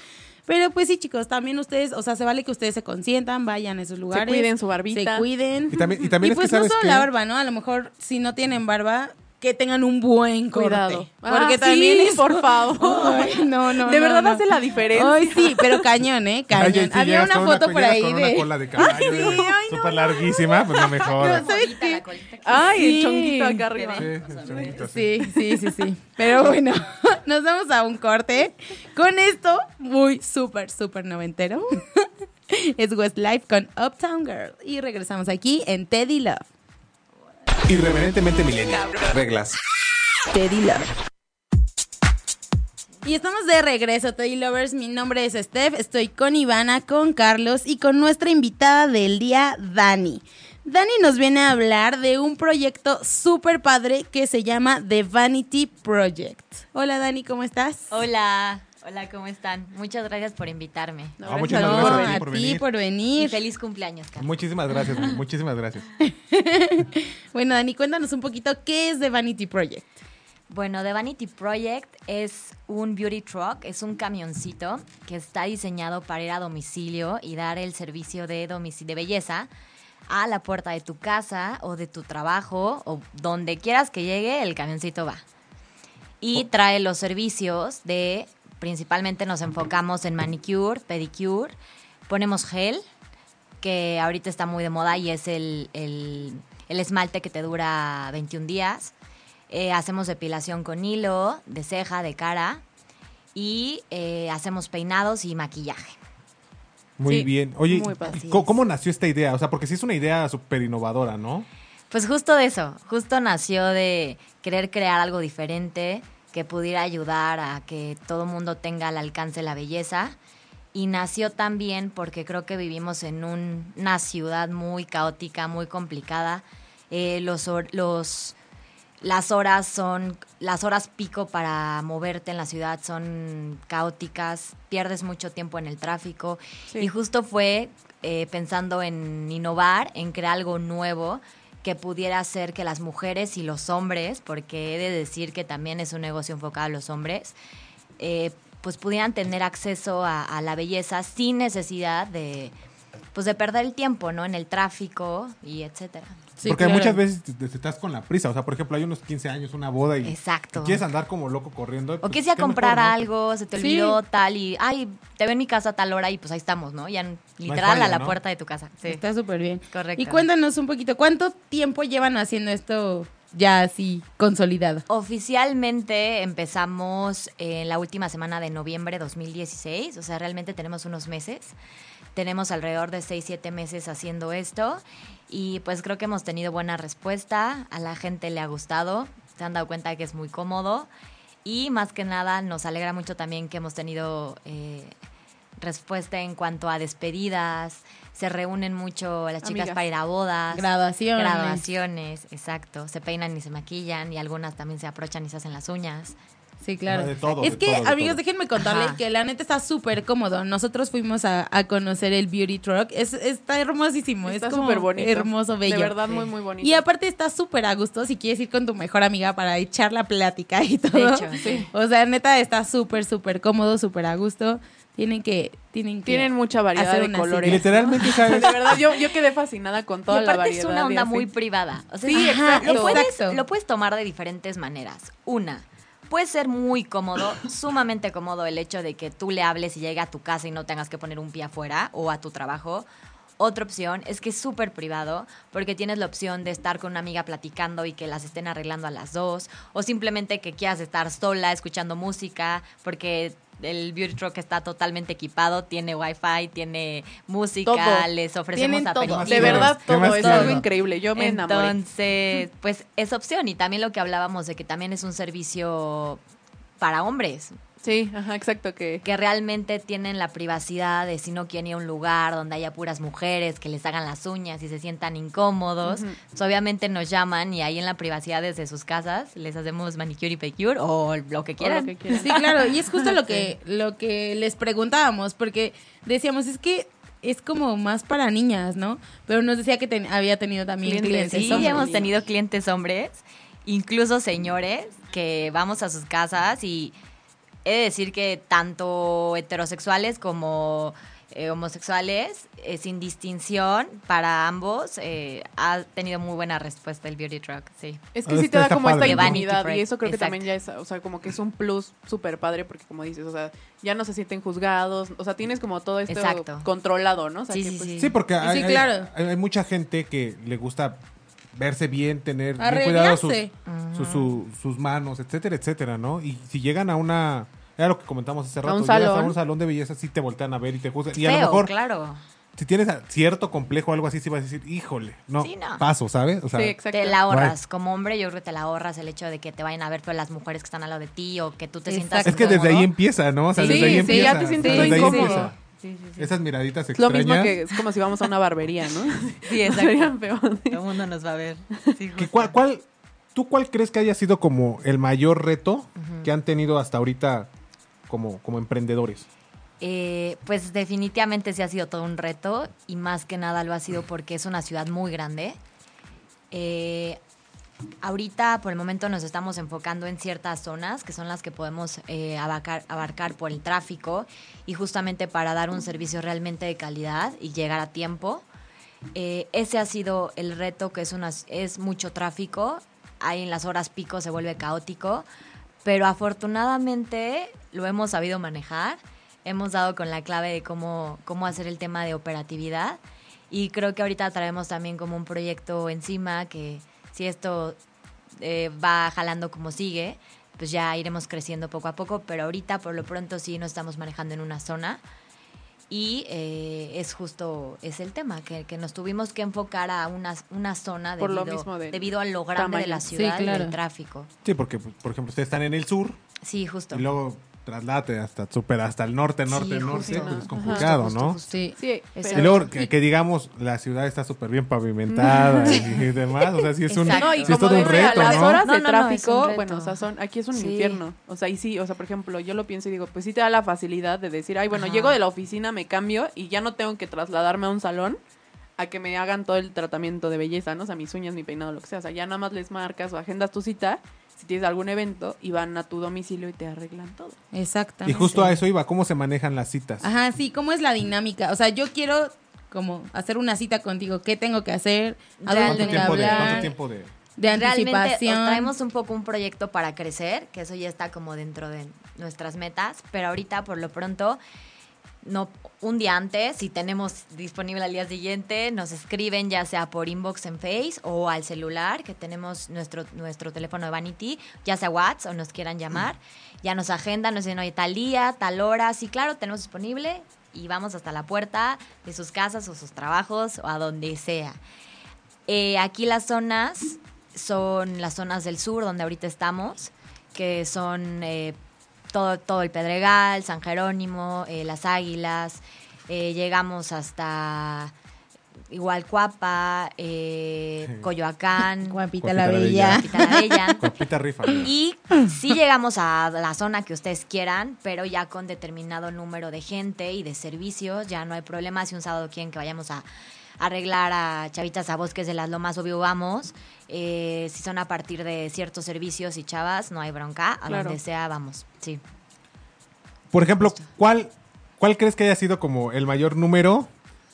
Speaker 3: Pero pues sí, chicos, también ustedes, o sea, se vale que ustedes se consientan, vayan a esos lugares.
Speaker 5: cuiden su barbita.
Speaker 3: Se cuiden.
Speaker 4: Y también- y también es que,
Speaker 3: pues no
Speaker 4: ¿sabes
Speaker 3: solo
Speaker 4: qué?
Speaker 3: la barba, ¿no? A lo mejor si no tienen barba, que tengan un buen corte.
Speaker 5: Cuidado.
Speaker 3: Porque
Speaker 5: Ah,
Speaker 3: también
Speaker 5: sí,
Speaker 3: es...
Speaker 5: por favor.
Speaker 3: Ay, no, no,
Speaker 5: De
Speaker 3: no,
Speaker 5: verdad
Speaker 3: no.
Speaker 5: hace la diferencia.
Speaker 3: Ay, sí, pero cañón, ¿eh? Cañón.
Speaker 4: Oye, y si
Speaker 3: Había
Speaker 4: llegas
Speaker 3: una
Speaker 4: con
Speaker 3: foto por
Speaker 4: llegas
Speaker 3: ahí
Speaker 4: con
Speaker 3: de...
Speaker 4: una cola de caballo,
Speaker 3: Ay, sí, ay, no,
Speaker 4: súper larguísima, pues no me jodas.
Speaker 3: No, ¿sabes
Speaker 7: Colita,
Speaker 3: qué? Ah.
Speaker 7: la colita.
Speaker 5: Ay,
Speaker 3: Sí.
Speaker 5: el chonguito acá arriba.
Speaker 4: Sí, sí, chonguito, sí.
Speaker 3: Sí, sí, sí, sí. Pero bueno, nos vamos a un corte. Con esto, muy súper, súper noventero. Es Westlife con Uptown Girl. Y regresamos aquí en Teddy Love.
Speaker 4: Irreverentemente milenial. Reglas.
Speaker 1: Teddy Love.
Speaker 3: Y estamos de regreso, Teddy Lovers. Mi nombre es Steph. Estoy con Ivana, con Carlos y con nuestra invitada del día, Dani. Dani nos viene a hablar de un proyecto súper padre que se llama The Vanity Project. Hola Dani, ¿cómo estás?
Speaker 7: Hola, hola, ¿cómo están? Muchas gracias por invitarme.
Speaker 5: No, gracias
Speaker 4: Ah, muchísimas
Speaker 5: a Dios.
Speaker 4: gracias a ti
Speaker 3: a
Speaker 4: por
Speaker 3: ti
Speaker 4: venir.
Speaker 3: por
Speaker 7: Y
Speaker 3: venir.
Speaker 7: feliz cumpleaños, Carlos.
Speaker 4: Muchísimas gracias, muchísimas gracias.
Speaker 3: Bueno, Dani, cuéntanos un poquito qué es The Vanity Project.
Speaker 7: Bueno, The Vanity Project es un beauty truck, es un camioncito que está diseñado para ir a domicilio y dar el servicio de, domici- de belleza a la puerta de tu casa o de tu trabajo o donde quieras que llegue, el camioncito va. Y trae los servicios de, principalmente nos enfocamos en manicure, pedicure, ponemos gel, que ahorita está muy de moda y es el, el- el esmalte que te dura 21 días. Eh, hacemos depilación con hilo, de ceja, de cara y eh, hacemos peinados y maquillaje.
Speaker 4: Muy
Speaker 5: Sí,
Speaker 4: bien. Oye,
Speaker 5: muy padre.
Speaker 4: ¿cómo, cómo nació esta idea? O sea, porque sí es una idea súper innovadora, ¿no?
Speaker 7: Pues justo de eso, justo nació de querer crear algo diferente que pudiera ayudar a que todo mundo tenga al alcance la belleza. Y nació también porque creo que vivimos en un- una ciudad muy caótica, muy complicada. Eh, los, hor- los, las horas son las horas pico para moverte en la ciudad son caóticas pierdes mucho tiempo en el tráfico
Speaker 5: Sí.
Speaker 7: y justo fue eh, pensando en innovar en crear algo nuevo que pudiera hacer que las mujeres y los hombres porque he de decir que también es un negocio enfocado a los hombres eh, pues pudieran tener acceso a, a la belleza sin necesidad de pues de perder el tiempo no en el tráfico y etcétera
Speaker 4: Porque muchas veces te, te- te estás con la prisa. O sea, por ejemplo, hay unos 15 años, una boda y
Speaker 7: Exacto.
Speaker 4: y quieres andar como loco corriendo.
Speaker 7: O
Speaker 4: pues,
Speaker 7: que sea
Speaker 4: qué mejor,
Speaker 7: comprar
Speaker 4: ¿no?
Speaker 7: algo, se te
Speaker 3: Sí.
Speaker 7: olvidó tal y, ay, te veo en mi casa a tal hora y pues ahí estamos, ¿no? Ya n- literal
Speaker 4: falla,
Speaker 7: a la
Speaker 4: ¿no?
Speaker 7: puerta de tu casa. Sí.
Speaker 3: Está súper bien.
Speaker 7: Correcto.
Speaker 3: Y cuéntanos un poquito, ¿cuánto tiempo llevan haciendo esto ya así consolidado?
Speaker 7: Oficialmente empezamos en la última semana de noviembre 2016, o sea, realmente tenemos unos meses. Tenemos alrededor de 6, 7 meses haciendo esto y pues creo que hemos tenido buena respuesta, a la gente le ha gustado, se han dado cuenta que es muy cómodo y más que nada nos alegra mucho también que hemos tenido eh, respuesta en cuanto a despedidas, se reúnen mucho las chicas
Speaker 5: Amigas.
Speaker 7: para ir a bodas.
Speaker 3: Graduaciones.
Speaker 7: Graduaciones, exacto. Se peinan y se maquillan y algunas también se aprochan y se hacen las uñas.
Speaker 3: Sí, claro.
Speaker 4: De todo,
Speaker 3: es
Speaker 4: de
Speaker 3: que,
Speaker 4: todo, de
Speaker 3: amigos,
Speaker 4: todo.
Speaker 3: déjenme contarles
Speaker 7: Ajá.
Speaker 3: que la neta está súper cómodo. Nosotros fuimos a, a conocer el Beauty Truck. Es, está hermosísimo.
Speaker 5: Está
Speaker 3: es como
Speaker 5: súper bonito.
Speaker 3: hermoso, bello.
Speaker 5: De verdad, muy, muy bonito.
Speaker 3: Y aparte está súper a gusto si quieres ir con tu mejor amiga para echar la plática y todo.
Speaker 7: De hecho, sí.
Speaker 3: O sea, neta está súper, súper cómodo, súper a gusto. Tienen que, tienen que.
Speaker 5: Tienen mucha variedad
Speaker 3: hacer
Speaker 5: de
Speaker 3: una
Speaker 4: Y
Speaker 5: colores.
Speaker 4: literalmente,
Speaker 5: De
Speaker 4: ¿sabes?
Speaker 5: verdad, yo, yo quedé fascinada con toda
Speaker 7: y
Speaker 5: la
Speaker 7: aparte
Speaker 5: variedad.
Speaker 7: es una
Speaker 5: y
Speaker 7: onda
Speaker 5: así.
Speaker 7: muy privada. O sea,
Speaker 5: Sí,
Speaker 7: es-
Speaker 5: exacto.
Speaker 7: Lo puedes,
Speaker 3: Exacto.
Speaker 7: lo puedes tomar de diferentes maneras. Una, Puede ser muy cómodo, sumamente cómodo el hecho de que tú le hables y llegue a tu casa y no tengas que poner un pie afuera o a tu trabajo. Otra opción es que es súper privado porque tienes la opción de estar con una amiga platicando y que las estén arreglando a las dos o simplemente que quieras estar sola escuchando música porque el beauty truck está totalmente equipado, tiene wifi, tiene música,
Speaker 8: Todo.
Speaker 7: les ofrecemos
Speaker 8: Tienen todo.
Speaker 7: aperitivos.
Speaker 8: De verdad,
Speaker 4: ¿Qué más
Speaker 8: todo. Es
Speaker 4: quieres?
Speaker 8: algo increíble.
Speaker 5: increíble. Yo me enamoré.
Speaker 7: Entonces, pues es opción. Y también lo que hablábamos de que también es un servicio para hombres,
Speaker 5: Sí, ajá, exacto. Que
Speaker 7: que realmente tienen la privacidad de si no quieren ir a un lugar donde haya puras mujeres que les hagan las uñas y se sientan incómodos. Pues, obviamente nos llaman y ahí en la privacidad desde sus casas les hacemos manicure y pedicure o lo que
Speaker 5: o lo
Speaker 7: quieran.
Speaker 5: que quieran.
Speaker 3: Sí, claro, y es justo lo que, lo que les preguntábamos, porque decíamos, es que es como más para niñas, ¿no? Pero nos decía que ten- había tenido también
Speaker 5: Clientes,
Speaker 3: clientes.
Speaker 7: Sí,
Speaker 3: hombres.
Speaker 7: hemos tenido clientes hombres, incluso señores, que vamos a sus casas y he de decir que tanto heterosexuales como eh, homosexuales, eh, sin distinción para ambos, eh, ha tenido muy buena respuesta el Beauty Truck, sí.
Speaker 5: Es que
Speaker 4: Ah,
Speaker 5: sí te
Speaker 4: está-
Speaker 5: da
Speaker 4: está
Speaker 5: como esta
Speaker 4: padre,
Speaker 7: ¿no?
Speaker 5: intimidad
Speaker 7: Vanity
Speaker 5: y eso creo que
Speaker 7: Fair,
Speaker 5: también ya es, o sea, como que es un plus súper padre porque como dices, o sea, ya no se sienten juzgados, o sea, tienes como todo esto
Speaker 7: Exacto.
Speaker 5: controlado, ¿no? O sea,
Speaker 7: Sí,
Speaker 5: que,
Speaker 7: sí,
Speaker 5: pues,
Speaker 7: sí.
Speaker 4: Sí, porque
Speaker 3: Sí,
Speaker 4: hay, hay-
Speaker 3: claro.
Speaker 4: hay- hay mucha gente que le gusta verse bien, tener bien
Speaker 3: Arreglarse.
Speaker 4: cuidado sus,
Speaker 7: Mm.
Speaker 4: su- su- sus manos, etcétera, etcétera, ¿no? Y si llegan a una... Era lo que comentamos hace rato.
Speaker 5: un
Speaker 4: llegas
Speaker 5: salón.
Speaker 4: a un salón de belleza, sí te voltean a ver y te juzgan. Y a
Speaker 7: Feo,
Speaker 4: lo mejor,
Speaker 7: claro.
Speaker 4: si tienes a- cierto complejo o algo así, sí vas a decir, híjole, no,
Speaker 7: Sí, no.
Speaker 4: paso, ¿sabes? O sea,
Speaker 5: sí, exacto.
Speaker 7: Te la ahorras. Como hombre, yo creo que te la ahorras el hecho de que te vayan a ver pero las mujeres que están al lado de ti o que tú te sientas
Speaker 4: es que desde
Speaker 7: incómodo.
Speaker 4: ahí empieza, ¿no? O sea,
Speaker 5: Sí,
Speaker 4: desde ahí
Speaker 5: sí,
Speaker 4: empieza.
Speaker 5: ya te sientes
Speaker 4: desde ahí
Speaker 5: incómodo.
Speaker 4: empieza.
Speaker 7: Sí, sí, sí.
Speaker 4: Esas miraditas
Speaker 5: Es lo
Speaker 4: extrañas.
Speaker 5: mismo que es como si vamos a una barbería, ¿no?
Speaker 7: Sí,
Speaker 5: Sería
Speaker 7: exacto.
Speaker 5: feo.
Speaker 7: Todo el mundo nos va a ver. Sí,
Speaker 4: ¿Qué-
Speaker 7: justo.
Speaker 4: cuál, cuál- ¿Tú cuál crees que haya sido como el mayor reto que han tenido hasta ahorita como, como emprendedores?
Speaker 7: Eh, pues definitivamente sí ha sido todo un reto y más que nada lo ha sido porque es una ciudad muy grande. Eh, ahorita por el momento nos estamos enfocando en ciertas zonas que son las que podemos eh, abarcar, abarcar por el tráfico y justamente para dar un servicio realmente de calidad y llegar a tiempo. Eh, ese ha sido el reto, que es, una, es mucho tráfico. Ahí en las horas pico se vuelve caótico. Pero afortunadamente lo hemos sabido manejar. Hemos dado con la clave de cómo, cómo hacer el tema de operatividad. Y creo que ahorita traemos también como un proyecto encima que si esto eh, va jalando como sigue, pues ya iremos creciendo poco a poco. Pero ahorita por lo pronto sí nos estamos manejando en una zona. Y eh, es justo, es el tema, que, que nos tuvimos que enfocar a una, una zona
Speaker 5: Por lo
Speaker 7: debido,
Speaker 5: mismo del
Speaker 7: debido a lo grande de la
Speaker 5: tamaño.
Speaker 7: ciudad
Speaker 3: Sí,
Speaker 7: y
Speaker 3: claro.
Speaker 7: el tráfico.
Speaker 4: Sí, porque, por ejemplo, ustedes están en el sur
Speaker 7: Sí, justo.
Speaker 4: y luego trasládate hasta super hasta el norte, norte,
Speaker 7: Sí,
Speaker 4: norte,
Speaker 7: justo.
Speaker 4: pues es
Speaker 5: Ajá.
Speaker 4: complicado,
Speaker 7: Justo,
Speaker 4: ¿no?
Speaker 7: justo,
Speaker 3: Sí.
Speaker 5: Sí,
Speaker 7: Eso.
Speaker 4: Y
Speaker 5: pero-
Speaker 4: luego que, que digamos, la ciudad está súper bien pavimentada y demás, o sea, sí es un,
Speaker 7: Exacto.
Speaker 5: No, y
Speaker 4: sí es
Speaker 5: como
Speaker 4: todo un
Speaker 5: dice, a
Speaker 4: reto,
Speaker 5: las
Speaker 4: ¿no?
Speaker 5: horas
Speaker 7: No,
Speaker 5: de
Speaker 7: no, no, es un
Speaker 5: tráfico,
Speaker 7: reto.
Speaker 5: bueno, o sea, son, aquí es un
Speaker 7: Sí.
Speaker 5: infierno. O sea, y sí, o sea, por ejemplo, yo lo pienso y digo, pues sí te da la facilidad de decir, ay, bueno,
Speaker 7: Ajá.
Speaker 5: llego de la oficina, me cambio y ya no tengo que trasladarme a un salón a que me hagan todo el tratamiento de belleza, ¿no? O sea, mis uñas, mi peinado, lo que sea. O sea, ya nada más les marcas o agendas tu cita, si tienes algún evento, y van a tu domicilio y te arreglan todo.
Speaker 4: Y
Speaker 3: Exactamente.
Speaker 4: justo a eso iba, ¿cómo se manejan las citas?
Speaker 3: Ajá, sí, ¿cómo es la dinámica? O sea, yo quiero como hacer una cita contigo, ¿qué tengo que hacer? ¿A dónde
Speaker 7: Realmente.
Speaker 4: ¿Cuánto
Speaker 3: tengo que
Speaker 4: tiempo, de, ¿Cuánto
Speaker 3: hablar?
Speaker 4: tiempo de...?
Speaker 3: De
Speaker 7: Realmente os
Speaker 3: anticipación.
Speaker 7: traemos un poco un proyecto para crecer, que eso ya está como dentro de nuestras metas, pero ahorita por lo pronto, no, un día antes, si tenemos disponible al día siguiente, nos escriben ya sea por inbox en Face o al celular, que tenemos nuestro, nuestro teléfono de Vanity, ya sea WhatsApp o nos quieran llamar,
Speaker 3: Mm.
Speaker 7: ya nos agendan, nos dicen, oye, tal día, tal hora, sí, claro, tenemos disponible y vamos hasta la puerta de sus casas o sus trabajos o a donde sea. Eh, aquí las zonas son las zonas del sur donde ahorita estamos, que son eh, todo, todo el Pedregal, San Jerónimo, eh, Las Águilas, eh, llegamos hasta igual Cuapa, eh, Coyoacán,
Speaker 3: Guapita
Speaker 4: Guapita
Speaker 3: la
Speaker 4: la
Speaker 3: bella.
Speaker 7: Pitalabella.
Speaker 4: Copita rifa. ¿no?
Speaker 7: Y sí llegamos a la zona que ustedes quieran, pero ya con determinado número de gente y de servicios, ya no hay problema. Si un sábado quieren que vayamos a arreglar a chavitas a bosques de las lomas, obvio vamos. Eh, si son a partir de ciertos servicios y chavas, no hay bronca. A
Speaker 5: Claro.
Speaker 7: donde sea, vamos. Sí.
Speaker 4: Por ejemplo, ¿cuál, ¿cuál crees que haya sido como el mayor número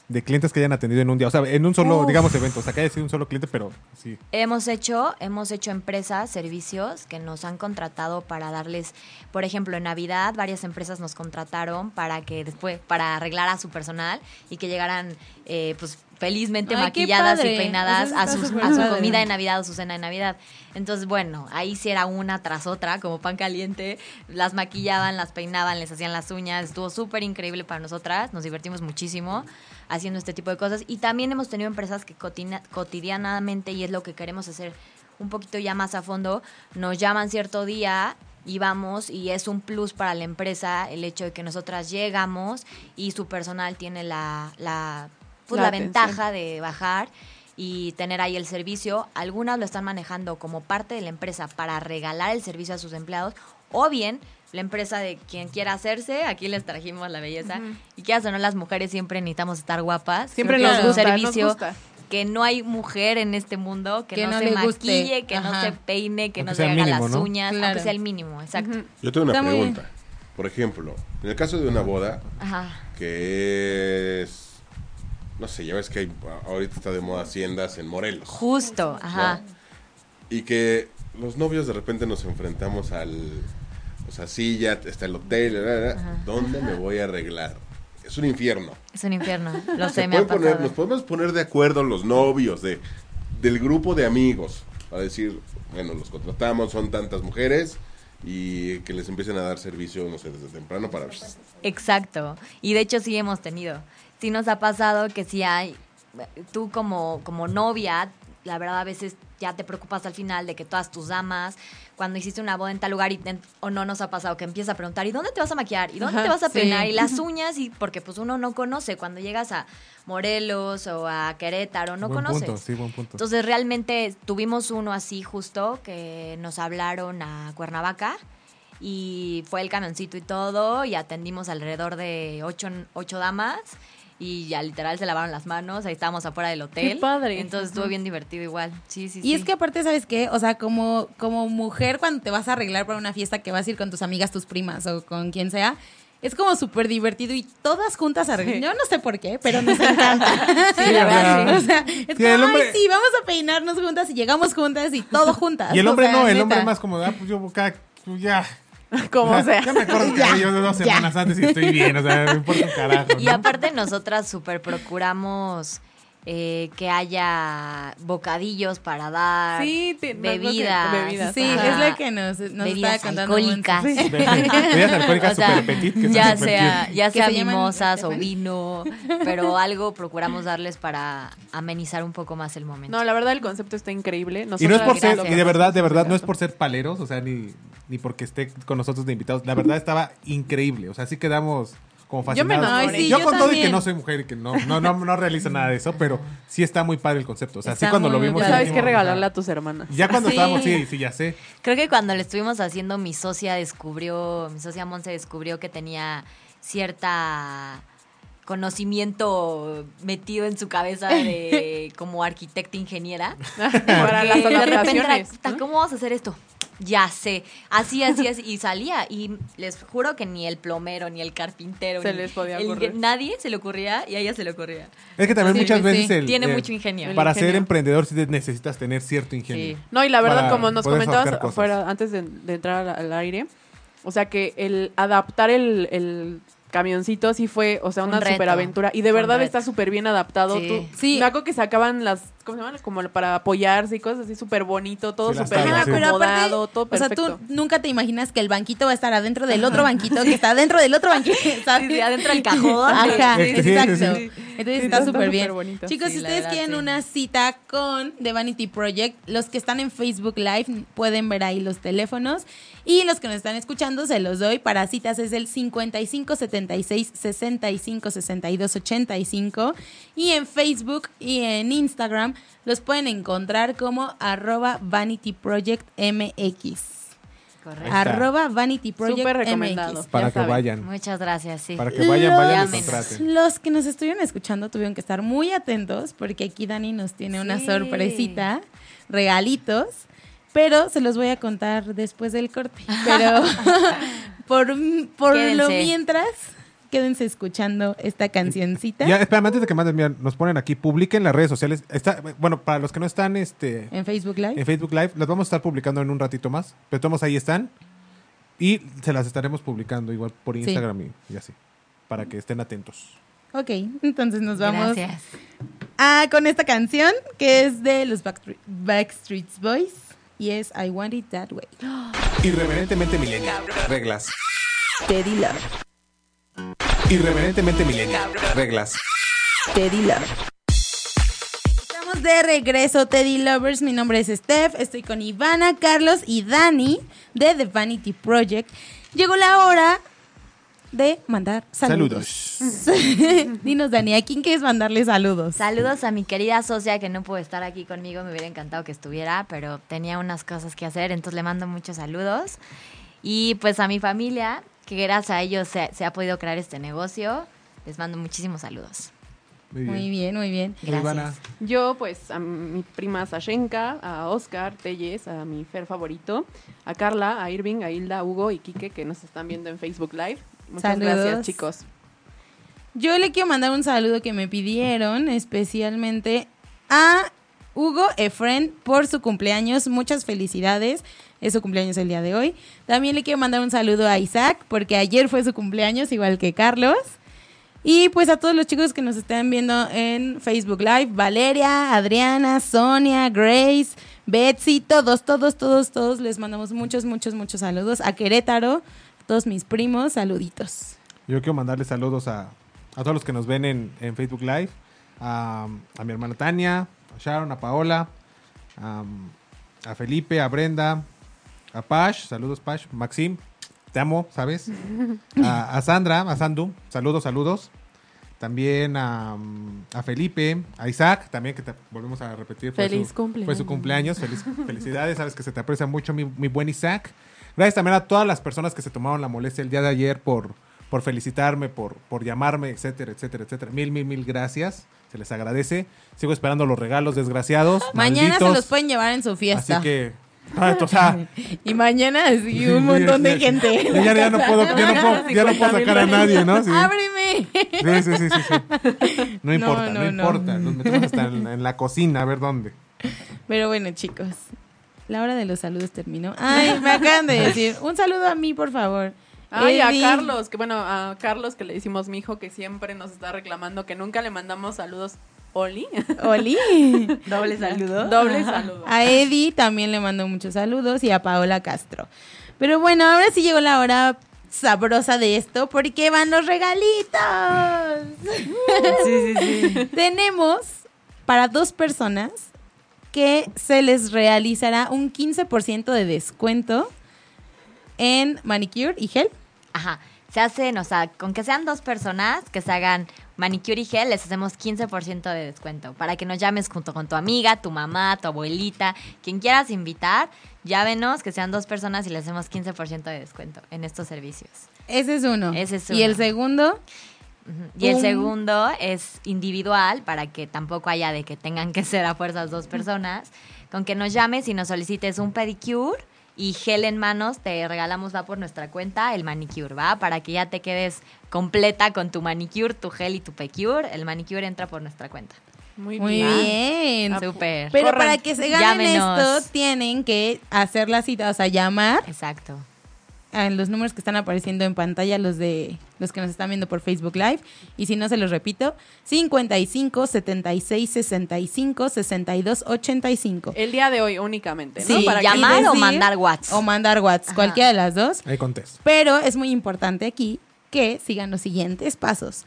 Speaker 4: de clientes que hayan atendido en un día? O sea, en un solo,
Speaker 7: Uf.
Speaker 4: digamos, evento. O sea, que haya sido un solo cliente, pero sí.
Speaker 7: Hemos hecho, hemos hecho empresas, servicios que nos han contratado para darles, por ejemplo, en Navidad varias empresas nos contrataron para que después, para arreglar a su personal y que llegaran, eh, pues, felizmente
Speaker 3: Ay, qué
Speaker 7: maquilladas
Speaker 3: padre.
Speaker 7: y peinadas
Speaker 3: Eso
Speaker 7: a,
Speaker 3: está
Speaker 7: sus-
Speaker 3: súper
Speaker 7: a su
Speaker 3: padre.
Speaker 7: comida de Navidad o su cena de Navidad. Entonces, bueno, ahí sí era una tras otra, como pan caliente, las maquillaban, las peinaban, les hacían las uñas, estuvo súper increíble para nosotras, nos divertimos muchísimo haciendo este tipo de cosas y también hemos tenido empresas que cotina- cotidianamente, y es lo que queremos hacer un poquito ya más a fondo, nos llaman cierto día y vamos y es un plus para la empresa el hecho de que nosotras llegamos y su personal tiene la, la, pues,
Speaker 5: La
Speaker 7: la
Speaker 5: atención.
Speaker 7: ventaja de bajar y tener ahí el servicio. Algunas lo están manejando como parte de la empresa para regalar el servicio a sus empleados o bien la empresa de quien quiera hacerse, aquí les trajimos la belleza. Y quieras o no, las mujeres siempre necesitamos estar guapas.
Speaker 5: Siempre
Speaker 7: Creo que
Speaker 5: nos
Speaker 7: es un
Speaker 5: gusta, nos
Speaker 7: servicio
Speaker 5: gusta.
Speaker 7: Que no hay mujer en este mundo que,
Speaker 3: Que
Speaker 7: no,
Speaker 3: no
Speaker 7: se
Speaker 3: le guste.
Speaker 7: maquille, que no
Speaker 3: Ajá.
Speaker 7: se peine, que
Speaker 4: Aunque
Speaker 7: no se
Speaker 4: sea el
Speaker 7: haga
Speaker 4: mínimo,
Speaker 7: las
Speaker 4: ¿no?
Speaker 7: uñas,
Speaker 3: Claro.
Speaker 7: aunque sea el mínimo, exacto.
Speaker 8: Yo tengo una
Speaker 3: Está muy bien.
Speaker 8: pregunta. Por ejemplo, en el caso de una boda,
Speaker 7: Ajá.
Speaker 8: que es. No sé, ya ves que hay, ahorita está de moda haciendas en Morelos.
Speaker 7: Justo, ajá.
Speaker 8: Y que los novios de repente nos enfrentamos al. O sea, sí, ya está el hotel. bla, bla, bla. ¿Dónde me voy a arreglar? Es un infierno.
Speaker 7: Es un infierno. Lo
Speaker 8: Se
Speaker 7: sé, me ha
Speaker 8: pueden poner-
Speaker 7: pasado.
Speaker 8: nos podemos poner de acuerdo los novios de, del grupo de amigos para decir, bueno, los contratamos, son tantas mujeres y que les empiecen a dar servicio, no sé, desde temprano para...
Speaker 7: Exacto. Y de hecho sí hemos tenido. Sí nos ha pasado que si hay, tú como, como novia, la verdad a veces ya te preocupas al final de que todas tus damas, cuando hiciste una boda en tal lugar y ten- o no nos ha pasado, que empieza a preguntar, ¿y dónde te vas a maquillar? ¿Y dónde
Speaker 3: Ajá,
Speaker 7: te vas a
Speaker 3: sí.
Speaker 7: peinar? Y las uñas, y porque pues uno no conoce cuando llegas a Morelos o a Querétaro, no
Speaker 4: Buen
Speaker 7: conoces.
Speaker 4: punto, sí, buen punto.
Speaker 7: Entonces realmente tuvimos uno así justo que nos hablaron a Cuernavaca y fue el camioncito y todo y atendimos alrededor de ocho, ocho damas y ya literal se lavaron las manos, ahí estábamos afuera del hotel.
Speaker 5: Qué padre.
Speaker 7: Entonces estuvo bien divertido igual. Sí, sí,
Speaker 3: Y es que aparte, ¿sabes qué? O sea, como, como mujer, cuando te vas a arreglar para una fiesta que vas a ir con tus amigas, tus primas o con quien sea, es como súper divertido y todas juntas arreglan. Yo no sé por qué, pero nos encanta.
Speaker 5: Sí, la verdad,
Speaker 4: Ya.
Speaker 3: O sea, es como,
Speaker 4: el hombre-
Speaker 3: ay, sí, vamos a peinarnos juntas y llegamos juntas y todo juntas.
Speaker 4: Y el
Speaker 3: O
Speaker 4: hombre
Speaker 3: sea,
Speaker 4: no, el
Speaker 3: Ah, neta.
Speaker 4: hombre más como, ah, pues yo cada- ya.
Speaker 5: sí. Como sea.
Speaker 4: Ya me corto el
Speaker 3: Ya,
Speaker 4: cabello de dos
Speaker 3: ya.
Speaker 4: semanas antes y estoy bien, o sea, me importa un carajo.
Speaker 7: Y
Speaker 4: ¿no?
Speaker 7: aparte nosotras super procuramos eh, que haya bocadillos para dar,
Speaker 5: Sí, te- no, no, que-
Speaker 7: bebidas.
Speaker 5: bebidas,
Speaker 3: Sí,
Speaker 7: ajá.
Speaker 3: es la que nos, nos estaba
Speaker 7: bebidas
Speaker 3: contando. Monse.
Speaker 7: alcohólicas.
Speaker 4: Be- Bebidas alcohólicas
Speaker 7: O sea,
Speaker 4: super petit que
Speaker 7: ya
Speaker 4: son super
Speaker 7: sea,
Speaker 4: cute.
Speaker 7: ya
Speaker 3: Que
Speaker 7: sea
Speaker 3: se llaman-
Speaker 7: mimosas o
Speaker 3: Ajá.
Speaker 7: vino, pero algo procuramos darles para amenizar un poco más el momento.
Speaker 5: No, la verdad el concepto está increíble.
Speaker 4: Y no es por ser,
Speaker 7: Gracias.
Speaker 4: y de verdad, de verdad, no es por ser paleros, o sea, ni, ni porque esté con nosotros de invitados. La verdad estaba increíble, o sea, sí quedamos como
Speaker 5: Yo me
Speaker 4: fascinados.
Speaker 5: enamoré. Ay, sí,
Speaker 4: yo,
Speaker 3: yo
Speaker 4: con todo y
Speaker 3: también.
Speaker 4: que no soy mujer y que no, no, no, no realizo nada de eso, pero sí está muy padre el concepto. O sea,
Speaker 3: Está
Speaker 4: sí cuando
Speaker 3: muy,
Speaker 4: lo
Speaker 3: muy
Speaker 4: vimos.
Speaker 5: Ya
Speaker 3: padre.
Speaker 5: sabes
Speaker 4: dijimos,
Speaker 5: qué
Speaker 4: o sea,
Speaker 5: regalarle a tus hermanas.
Speaker 4: Ya cuando
Speaker 3: Sí.
Speaker 4: estábamos, sí, sí, ya sé.
Speaker 7: Creo que cuando lo estuvimos haciendo, mi socia descubrió, mi socia Monse descubrió que tenía cierta conocimiento metido en su cabeza de como arquitecta ingeniera.
Speaker 5: Para las
Speaker 7: Porque de repente era,
Speaker 5: contrataciones.
Speaker 7: "Puta, ¿cómo vamos a hacer esto? Ya sé, así, así, así, y salía, y les juro que ni el plomero, ni el carpintero,
Speaker 5: Se
Speaker 7: ni
Speaker 5: les podía
Speaker 7: el-
Speaker 5: ocurrir.
Speaker 7: nadie se le ocurría y a ella se le ocurría.
Speaker 4: Es que también
Speaker 3: Sí,
Speaker 4: muchas
Speaker 3: pues, sí.
Speaker 4: veces el-
Speaker 7: Tiene
Speaker 4: el-
Speaker 7: mucho ingenio.
Speaker 4: Para
Speaker 5: Ingenio.
Speaker 4: ser emprendedor sí te- necesitas tener cierto ingenio.
Speaker 7: Sí.
Speaker 5: No, y la verdad,
Speaker 4: para
Speaker 5: como nos
Speaker 4: poder
Speaker 5: comentabas
Speaker 4: sacar cosas.
Speaker 5: fuera, antes de, de entrar al, al aire, o sea que el adaptar el, el camioncito sí fue, o sea,
Speaker 7: Un
Speaker 5: una
Speaker 7: reto.
Speaker 5: superaventura. Y
Speaker 7: Fue
Speaker 5: de
Speaker 7: un
Speaker 5: verdad
Speaker 7: reto.
Speaker 5: está súper bien adaptado.
Speaker 7: Sí.
Speaker 5: Tú-
Speaker 3: Sí.
Speaker 5: Me acuerdo que sacaban las, ¿cómo se llaman? Como para apoyarse y cosas así súper bonito, todo
Speaker 4: Sí, las
Speaker 5: súper bien
Speaker 4: tablas,
Speaker 3: Ajá,
Speaker 4: sí.
Speaker 3: pero aparte,
Speaker 5: acomodado, todo perfecto.
Speaker 3: O sea, tú nunca te imaginas que el banquito va a estar adentro del otro banquito que está adentro del otro banquito. ¿sabes?
Speaker 7: Sí, sí, adentro del cajón.
Speaker 3: Ajá,
Speaker 4: Este, Sí, sí, sí,
Speaker 3: exacto.
Speaker 4: sí.
Speaker 3: Entonces
Speaker 5: Sí,
Speaker 3: está
Speaker 5: está
Speaker 3: súper bien.
Speaker 5: superbonito.
Speaker 3: Chicos,
Speaker 7: Sí,
Speaker 3: si
Speaker 7: la
Speaker 3: ustedes
Speaker 7: verdad,
Speaker 3: quieren
Speaker 7: sí.
Speaker 3: una cita con The Vanity Project, los que están en Facebook Live pueden ver ahí los teléfonos. Y los que nos están escuchando, se los doy. Para citas es el 55 76 65 62 85. Y en Facebook y en Instagram los pueden encontrar como arroba Vanity Project MX.
Speaker 7: Correcto.
Speaker 4: Ah, está.
Speaker 3: Arroba Vanity Project
Speaker 5: Súper
Speaker 3: MX.
Speaker 5: recomendado.
Speaker 4: Para
Speaker 5: ya
Speaker 4: que
Speaker 5: saben.
Speaker 4: vayan.
Speaker 7: Muchas gracias, sí.
Speaker 4: Para que vayan, vayan y
Speaker 7: Los-
Speaker 4: contraten.
Speaker 3: Los que nos estuvieron escuchando tuvieron que estar muy atentos porque aquí Dani nos tiene una
Speaker 7: Sí.
Speaker 3: sorpresita, regalitos, pero se los voy a contar después del corte. Pero por, por lo
Speaker 7: Quédense.
Speaker 3: mientras, quédense escuchando esta cancioncita
Speaker 4: Ya, espérame, antes de que mandes, mira, nos ponen aquí, publiquen las redes sociales. Está, bueno, para los que no están este,
Speaker 3: en Facebook Live.
Speaker 4: en Facebook Live, las vamos a estar publicando en un ratito más. Pero todos ahí están. Y se las estaremos publicando igual por Instagram y, y así. Para que estén atentos.
Speaker 3: Ok, entonces nos vamos
Speaker 7: Gracias.
Speaker 3: a, con esta canción que es de los Backstre- Backstreet Boys y es I Want It That Way.
Speaker 4: Irreverentemente milenial.
Speaker 2: Reglas.
Speaker 1: Teddy Love.
Speaker 4: Irreverentemente milenial.
Speaker 2: Reglas.
Speaker 1: Teddy Love.
Speaker 3: Estamos de regreso, Teddy Lovers. Mi nombre es Steph. Estoy con Ivana, Carlos y Dani de The Vanity Project. Llegó la hora de mandar saludos.
Speaker 4: Saludos.
Speaker 3: Dinos, Dani, ¿a quién quieres mandarle saludos?
Speaker 7: Saludos a mi querida socia que no pudo estar aquí conmigo, me hubiera encantado que estuviera, pero tenía unas cosas que hacer, entonces le mando muchos saludos. Y pues a mi familia, que gracias a ellos se, se ha podido crear este negocio, les mando muchísimos saludos.
Speaker 4: Muy
Speaker 3: Muy bien, muy bien.
Speaker 7: Gracias.
Speaker 4: Ivana.
Speaker 5: Yo, pues, a mi prima Sashenka, a Oscar, Telles, a mi Fer favorito, a Carla, a Irving, a Hilda, a Hugo y Quique, que nos están viendo en Facebook Live. Muchas
Speaker 3: Saludos.
Speaker 5: gracias, chicos.
Speaker 3: Yo le quiero mandar un saludo que me pidieron especialmente a Hugo Efren por su cumpleaños. Muchas felicidades. Es su cumpleaños el día de hoy. También le quiero mandar un saludo a Isaac porque ayer fue su cumpleaños, igual que Carlos. Y pues a todos los chicos que nos están viendo en Facebook Live, Valeria, Adriana, Sonia, Grace, Betsy, todos, todos, todos, todos les mandamos muchos, muchos, muchos saludos a Querétaro, a todos mis primos, saluditos.
Speaker 4: Yo quiero mandarle saludos a, a todos los que nos ven en, en Facebook Live, a, a mi hermana Tania, a Sharon, a Paola, a, a Felipe, a Brenda, a Pash, saludos Pash, Maxim, te amo, ¿sabes? A, a Sandra, a Sandu, saludos, saludos. También a, a Felipe, a Isaac, también que te volvemos a repetir. fue
Speaker 5: Feliz
Speaker 4: su-
Speaker 5: cumpleaños.
Speaker 4: Fue su cumpleaños, feliz- felicidades, sabes que se te aprecia mucho mi, mi buen Isaac. Gracias también a todas las personas que se tomaron la molestia el día de ayer por, por felicitarme, por, por llamarme, etcétera, etcétera, etcétera. Mil, mil, mil gracias. Se les agradece. Sigo esperando los regalos, desgraciados.
Speaker 3: Mañana se
Speaker 4: malditos.
Speaker 3: los pueden llevar en su fiesta.
Speaker 4: Así que, ah, o sea,
Speaker 3: Y mañana sí, un
Speaker 4: Sí,
Speaker 3: montón de
Speaker 4: sí, sí.
Speaker 3: gente.
Speaker 4: Yo ya, ya no puedo, ya no puedo, ya no puedo sacar a nadie, ¿no? Sí.
Speaker 3: ¡Ábreme!
Speaker 4: Sí, sí, sí, sí, sí. No
Speaker 3: No,
Speaker 4: importa,
Speaker 3: no,
Speaker 4: no,
Speaker 3: no.
Speaker 4: importa. Nos metemos hasta en, en la cocina a ver dónde.
Speaker 3: Pero bueno, chicos, la hora de los saludos terminó. Ay, me acaban de decir. Un saludo a mí, por favor.
Speaker 5: Ay,
Speaker 3: Eddie.
Speaker 5: a Carlos, que bueno, a Carlos que le decimos mi hijo que siempre nos está reclamando que nunca le mandamos saludos. Oli.
Speaker 3: Oli.
Speaker 7: Doble saludo.
Speaker 3: Ah.
Speaker 5: Doble saludo.
Speaker 3: A Eddie también le mando muchos saludos y a Paola Castro. Pero bueno, ahora sí llegó la hora sabrosa de esto porque van los regalitos.
Speaker 7: Sí, sí, sí.
Speaker 3: Tenemos para dos personas que se les realizará un 15% de descuento en manicure y gel.
Speaker 7: Ajá. Se hacen, o sea, con que sean dos personas que se hagan manicure y gel, les hacemos 15% de descuento. Para que nos llames junto con tu amiga, tu mamá, tu abuelita, quien quieras invitar, llámenos, que sean dos personas y les hacemos 15% de descuento en estos servicios.
Speaker 3: Ese es uno.
Speaker 7: Ese es
Speaker 3: Y
Speaker 7: uno.
Speaker 3: el segundo,
Speaker 7: Ujú. Y el
Speaker 3: Un-
Speaker 7: segundo es individual, para que tampoco haya de que tengan que ser a fuerzas dos personas. Con que nos llames y nos solicites un pedicure y gel en manos, te regalamos, va por nuestra cuenta, el manicure, ¿va? Para que ya te quedes completa con tu manicure, tu gel y tu pedicure. El manicure entra por nuestra cuenta.
Speaker 3: muy bien.
Speaker 5: Ah,
Speaker 7: Súper.
Speaker 3: Pero
Speaker 5: Corran,
Speaker 3: para que se ganen
Speaker 7: pues, llámenos.
Speaker 3: esto, tienen que hacer la cita, o sea, llamar
Speaker 7: Exacto.
Speaker 3: a los números que están apareciendo en pantalla, los de los que nos están viendo por Facebook Live. Y si no, se los repito: 55 76 65 62 85.
Speaker 5: El día de hoy únicamente, ¿no?
Speaker 7: Sí,
Speaker 5: Para que-
Speaker 7: Este, llamar
Speaker 3: y
Speaker 7: o mandar WhatsApp.
Speaker 3: O mandar WhatsApp,
Speaker 7: Ajá.
Speaker 3: cualquiera de las dos.
Speaker 4: Ahí contesto.
Speaker 3: Pero es muy importante aquí que sigan los siguientes pasos.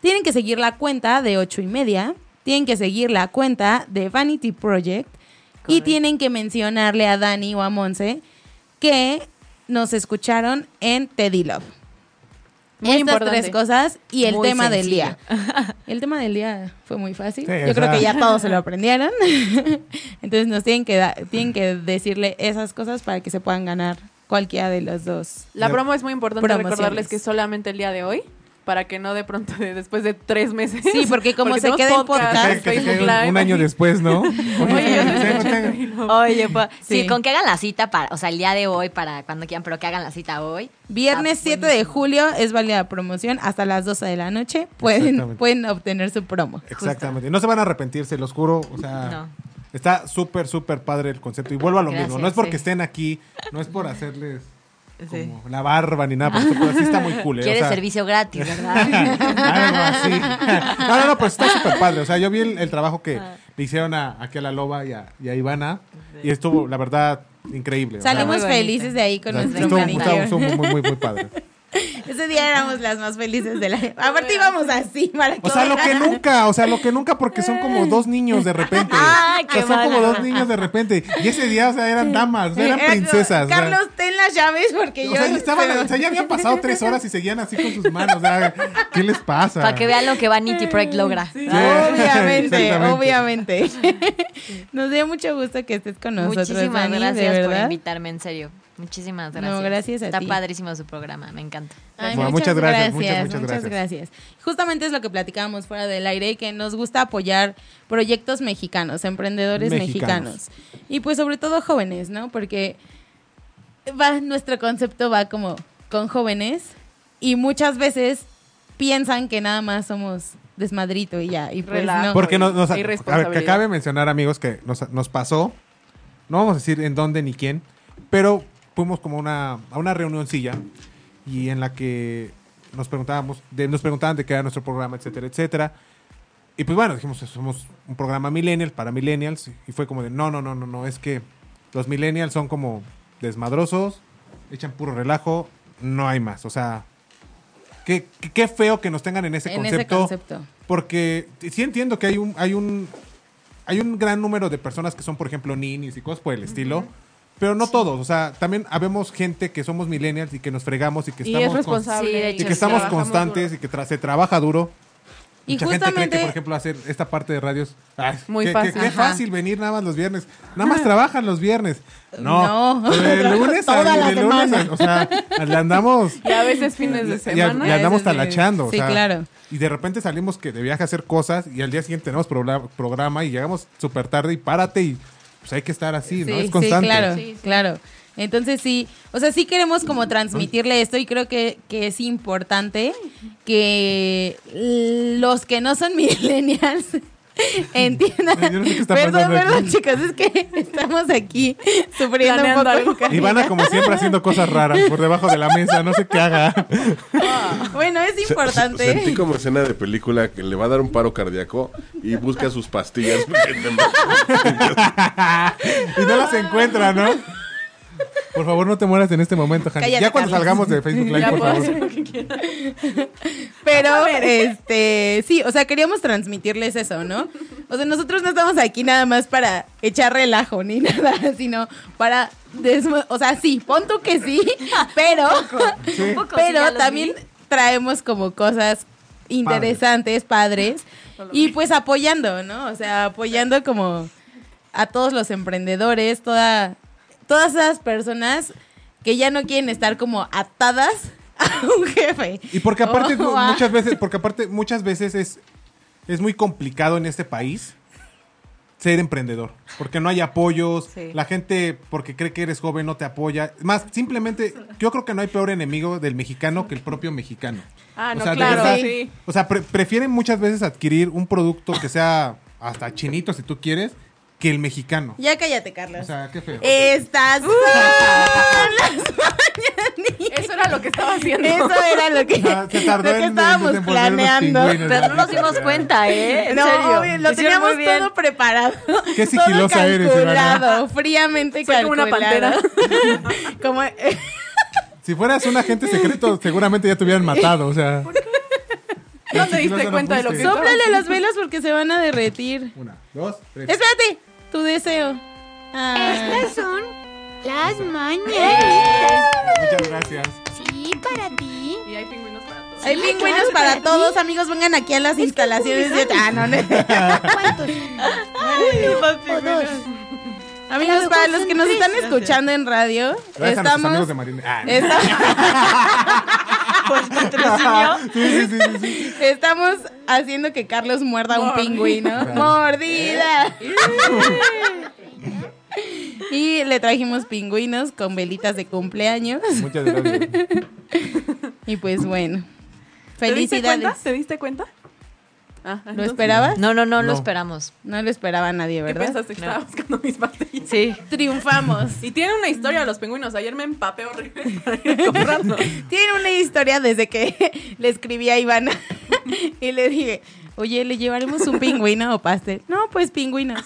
Speaker 3: Tienen que seguir la cuenta de ocho y media, tienen que seguir la cuenta de Vanity Project y
Speaker 7: Correcto.
Speaker 3: tienen que mencionarle a Dani o a Monse que nos escucharon en Teddy Love.
Speaker 5: Muy
Speaker 3: Estas
Speaker 5: importante.
Speaker 3: tres cosas y el
Speaker 7: Muy
Speaker 3: tema del
Speaker 7: sencillo.
Speaker 3: día. El tema del día fue muy fácil.
Speaker 4: Sí,
Speaker 3: Yo creo
Speaker 4: o sea-
Speaker 3: que ya todos se lo aprendieron. Entonces nos tienen que, da- tienen que decirle esas cosas para que se puedan ganar cualquiera de los dos.
Speaker 5: La
Speaker 4: Ya.
Speaker 5: promo es muy importante
Speaker 3: Promociones.
Speaker 5: recordarles que es solamente el día de hoy, para que no de pronto, de- después de tres meses.
Speaker 3: Sí, porque como se
Speaker 5: tenemos
Speaker 3: queda en podcast,
Speaker 4: Que- que- que
Speaker 5: Facebook
Speaker 4: un,
Speaker 5: Live.
Speaker 4: año después, ¿no? Oye,
Speaker 5: Oye,
Speaker 4: tengo- tengo-
Speaker 7: Oye, pues. Sí.
Speaker 3: Sí.
Speaker 7: con que hagan la cita para, o sea, el día de hoy, para cuando quieran, pero que hagan la cita hoy.
Speaker 3: Viernes
Speaker 7: Está
Speaker 3: 7 de
Speaker 7: Ah, buenísimo.
Speaker 3: julio es válida la promoción hasta las 12 de la noche. Pueden,
Speaker 4: Exactamente.
Speaker 3: pueden obtener su promo.
Speaker 4: Exactamente. No se van a arrepentir, se los juro. O sea,
Speaker 7: No.
Speaker 4: está súper, súper padre el concepto. Y vuelvo a lo
Speaker 7: Gracias,
Speaker 4: mismo. No es porque
Speaker 7: sí.
Speaker 4: estén aquí, no es por hacerles
Speaker 5: Sí.
Speaker 4: como la barba ni nada. Pero pero sí está muy cool. ¿eh? O
Speaker 7: Quiere
Speaker 4: sea,
Speaker 7: servicio gratis, ¿verdad?
Speaker 4: Algo así. No, no, no, pero está súper padre. O sea, yo vi el, el trabajo que
Speaker 3: Ah.
Speaker 4: le hicieron a, aquí a la Loba y a, y a Ivana. Y estuvo, la verdad, increíble. O sea,
Speaker 3: Salimos
Speaker 7: muy bonito.
Speaker 3: felices de ahí con
Speaker 4: o sea,
Speaker 3: nuestro
Speaker 4: estuvo,
Speaker 3: manicure.
Speaker 4: estuvo- estuvo muy, muy, muy padre.
Speaker 3: Ese día éramos las más felices de la... Aparte íbamos así para
Speaker 4: O sea, lo que nunca, o sea, lo que nunca, porque son como dos niños de repente.
Speaker 7: Ay, qué
Speaker 4: o sea, son como
Speaker 7: mala.
Speaker 4: dos niños de repente. Y ese día, o sea, eran damas, o sea, eran
Speaker 3: Era como,
Speaker 4: princesas. o sea.
Speaker 3: Carlos, ten las llaves porque yo...
Speaker 4: O sea, ya estaban-
Speaker 3: pero-
Speaker 4: o sea, ya habían pasado tres horas y seguían así con sus manos. O sea, ¿qué les pasa?
Speaker 7: para que vean lo que Vanity Project logra.
Speaker 4: Sí.
Speaker 3: Obviamente,
Speaker 4: Exactamente.
Speaker 3: obviamente. Nos dio mucho gusto que estés con nosotros,
Speaker 7: Muchísimas
Speaker 3: Dani,
Speaker 7: gracias
Speaker 3: de
Speaker 7: por
Speaker 3: verdad.
Speaker 7: invitarme, en serio. Muchísimas gracias.
Speaker 3: No, gracias a
Speaker 7: Está
Speaker 3: ti.
Speaker 7: padrísimo su programa, me encanta.
Speaker 3: Ay,
Speaker 4: Bueno, muchas gracias, muchas, muchas
Speaker 3: gracias. Justamente es lo que platicábamos fuera del aire, que nos gusta apoyar proyectos mexicanos, emprendedores mexicanos.
Speaker 4: Mexicanos.
Speaker 3: Y pues sobre todo jóvenes, ¿no? Porque va, nuestro concepto va como con jóvenes y muchas veces piensan que nada más somos desmadrito y ya. Y pues
Speaker 5: Relajo.
Speaker 3: no.
Speaker 4: Porque nos, nos-
Speaker 5: Hay
Speaker 4: a ver, que
Speaker 5: responsabilidad.
Speaker 4: acabe de mencionar, amigos, que nos, nos pasó. No vamos a decir en dónde ni quién, pero fuimos como a una, a una reunioncilla y en la que nos preguntábamos, de- nos preguntaban de qué era nuestro programa, etcétera, etcétera. Y pues bueno, dijimos, somos un programa millennial para millennials y fue como de, no, no, no, no, no, es que los millennials son como desmadrosos, echan puro relajo, no hay más. O sea, qué, qué- qué feo que nos tengan en ese
Speaker 3: En ese
Speaker 4: concepto.
Speaker 3: concepto.
Speaker 4: Porque sí entiendo que hay un, hay un, hay un gran número de personas que son, por ejemplo, ninis y cosas por el estilo. Pero no todos, o sea, también habemos gente que somos millennials y que nos fregamos y que
Speaker 5: Y es
Speaker 4: estamos, con-
Speaker 5: responsable.
Speaker 7: Sí, de
Speaker 5: y
Speaker 4: y
Speaker 7: hecho,
Speaker 4: que estamos
Speaker 5: trabajamos
Speaker 4: constantes
Speaker 5: duro.
Speaker 4: y que tra- se trabaja duro.
Speaker 3: Y
Speaker 4: Mucha gente cree que,
Speaker 3: justamente-
Speaker 4: por ejemplo, hacer esta parte de radios. ay,
Speaker 5: Muy
Speaker 4: que- que-
Speaker 5: fácil.
Speaker 4: Qué
Speaker 5: Ajá. Ah.
Speaker 4: fácil venir nada más los viernes. Nada más trabajan los viernes. No.
Speaker 3: No.
Speaker 4: De lunes a
Speaker 3: Toda la
Speaker 4: de lunes a- o sea, le andamos.
Speaker 5: Y a veces fines de
Speaker 4: Y, a-
Speaker 5: semana.
Speaker 4: y andamos
Speaker 5: es de-
Speaker 4: talachando. o
Speaker 3: Sí,
Speaker 4: sea,
Speaker 3: claro.
Speaker 4: Y de repente salimos que de viaje a hacer cosas y al día siguiente tenemos progra- programa y llegamos súper tarde y párate y pues hay que estar así, ¿no? Es constante.
Speaker 3: claro,
Speaker 5: Sí, sí.
Speaker 3: claro. Entonces sí, o sea, sí queremos como transmitirle esto y creo que, que es importante que los que no son millennials entiendan.
Speaker 4: Yo no sé qué está
Speaker 3: perdón,
Speaker 4: pasando
Speaker 3: perdón,
Speaker 4: aquí.
Speaker 3: chicos, es que estamos aquí sufriendo un
Speaker 5: Planeando
Speaker 3: poco.
Speaker 5: algo.
Speaker 3: en
Speaker 4: Ivana, como siempre, haciendo cosas raras por debajo de la mesa, no sé qué haga.
Speaker 3: cabina. Bueno, es
Speaker 8: Se- se-
Speaker 3: importante.
Speaker 8: Sentí como escena de película que le va a dar un paro cardíaco y busca sus pastillas.
Speaker 4: Y no las encuentra, ¿no? Por favor, no te mueras en este momento, Hanny.
Speaker 3: Cállate,
Speaker 4: Ya cuando
Speaker 3: Carlos.
Speaker 4: salgamos de Facebook Live,
Speaker 5: Ya
Speaker 4: por
Speaker 5: puedo
Speaker 4: favor.
Speaker 5: hacer lo que quiera.
Speaker 3: Pero, este, sí, o sea, queríamos transmitirles eso, ¿no? O sea, nosotros no estamos aquí nada más para echar relajo ni nada, sino para, desmo- o sea, sí, pon tú que sí, pero,
Speaker 7: Un poco, sí, ya
Speaker 3: pero
Speaker 7: los
Speaker 3: también
Speaker 7: vi.
Speaker 3: traemos como cosas interesantes, padres, y pues apoyando, ¿no? O sea, apoyando como a todos los emprendedores, toda, todas esas personas que ya no quieren estar como atadas a un jefe.
Speaker 4: Y porque aparte
Speaker 3: Oh, ah.
Speaker 4: muchas veces, porque aparte muchas veces es, es muy complicado en este país ser emprendedor, porque no hay apoyos,
Speaker 5: Sí.
Speaker 4: la gente porque cree que eres joven no te apoya, más simplemente yo creo que no hay peor enemigo del mexicano que el propio mexicano.
Speaker 5: Ah, no,
Speaker 4: de
Speaker 5: claro,
Speaker 4: verdad,
Speaker 5: sí.
Speaker 4: O sea, pre- prefieren muchas veces adquirir un producto que sea hasta chinito si tú quieres que el mexicano.
Speaker 3: ah. Ya cállate, Carlos.
Speaker 4: O sea, qué feo.
Speaker 3: Eh, Estas son las mañanitas.
Speaker 5: Eso era lo que estaba haciendo.
Speaker 3: Eso era lo que,
Speaker 4: Ah, se tardó
Speaker 3: lo que
Speaker 4: en- en
Speaker 3: estábamos
Speaker 4: desenvolver los
Speaker 3: planeando.
Speaker 4: pingüinos.
Speaker 7: Pero no nos dimos cuenta, ¿eh? En
Speaker 3: No,
Speaker 7: serio.
Speaker 3: obvio, lo
Speaker 7: Hicieron
Speaker 3: teníamos
Speaker 7: muy bien.
Speaker 3: todo preparado.
Speaker 4: Qué
Speaker 3: todo
Speaker 4: sigilosa eres, Ivana.
Speaker 3: calculado, fríamente
Speaker 5: Soy como una
Speaker 3: calculado. Como, eh,
Speaker 4: Si fueras un agente secreto, seguramente ya te hubieran matado, o sea.
Speaker 5: No te diste cuenta de lo que
Speaker 4: Sí.
Speaker 3: sóplale las velas porque se van a derretir.
Speaker 4: Una, dos, tres.
Speaker 3: Espérate, tu deseo. Ah,
Speaker 9: Estas son las mañanitas.
Speaker 4: Muchas gracias.
Speaker 9: Sí, para ti.
Speaker 5: Y hay pingüinos para todos.
Speaker 3: hay pingüinos
Speaker 9: claro,
Speaker 3: para
Speaker 9: para
Speaker 3: todos, amigos. Vengan aquí a las instalaciones de. Ah, no, no.
Speaker 9: ¿Cuántos?
Speaker 3: O dos. Amigos, para los que nos están escuchando en radio,
Speaker 4: Gracias a
Speaker 3: estamos
Speaker 4: nuestros amigos de Marina. Ah, no.
Speaker 3: Esta-
Speaker 4: Sí, sí, sí, sí, sí.
Speaker 3: Estamos haciendo que Carlos muerda a un pingüino. Mordida. Y le trajimos pingüinos con velitas de cumpleaños.
Speaker 4: Muchas gracias.
Speaker 3: Y pues bueno.
Speaker 5: ¿Te diste cuenta?
Speaker 3: Felicidades.
Speaker 5: ¿Te diste cuenta? Ah,
Speaker 3: ¿Lo
Speaker 5: entonces,
Speaker 3: esperabas?
Speaker 7: No, no, no, lo
Speaker 4: No.
Speaker 7: esperamos.
Speaker 3: No lo esperaba nadie,
Speaker 5: ¿Qué
Speaker 3: ¿verdad?
Speaker 5: pensaste que
Speaker 7: No.
Speaker 5: estaba buscando mis pastillas?
Speaker 7: Sí.
Speaker 3: Triunfamos.
Speaker 5: Y tiene una historia de los pingüinos. Ayer me empapé horrible para ir comprando.
Speaker 3: Tiene una historia desde que le escribí a Ivana y le dije, oye, ¿le llevaremos un pingüino o pastel? No, pues pingüinos.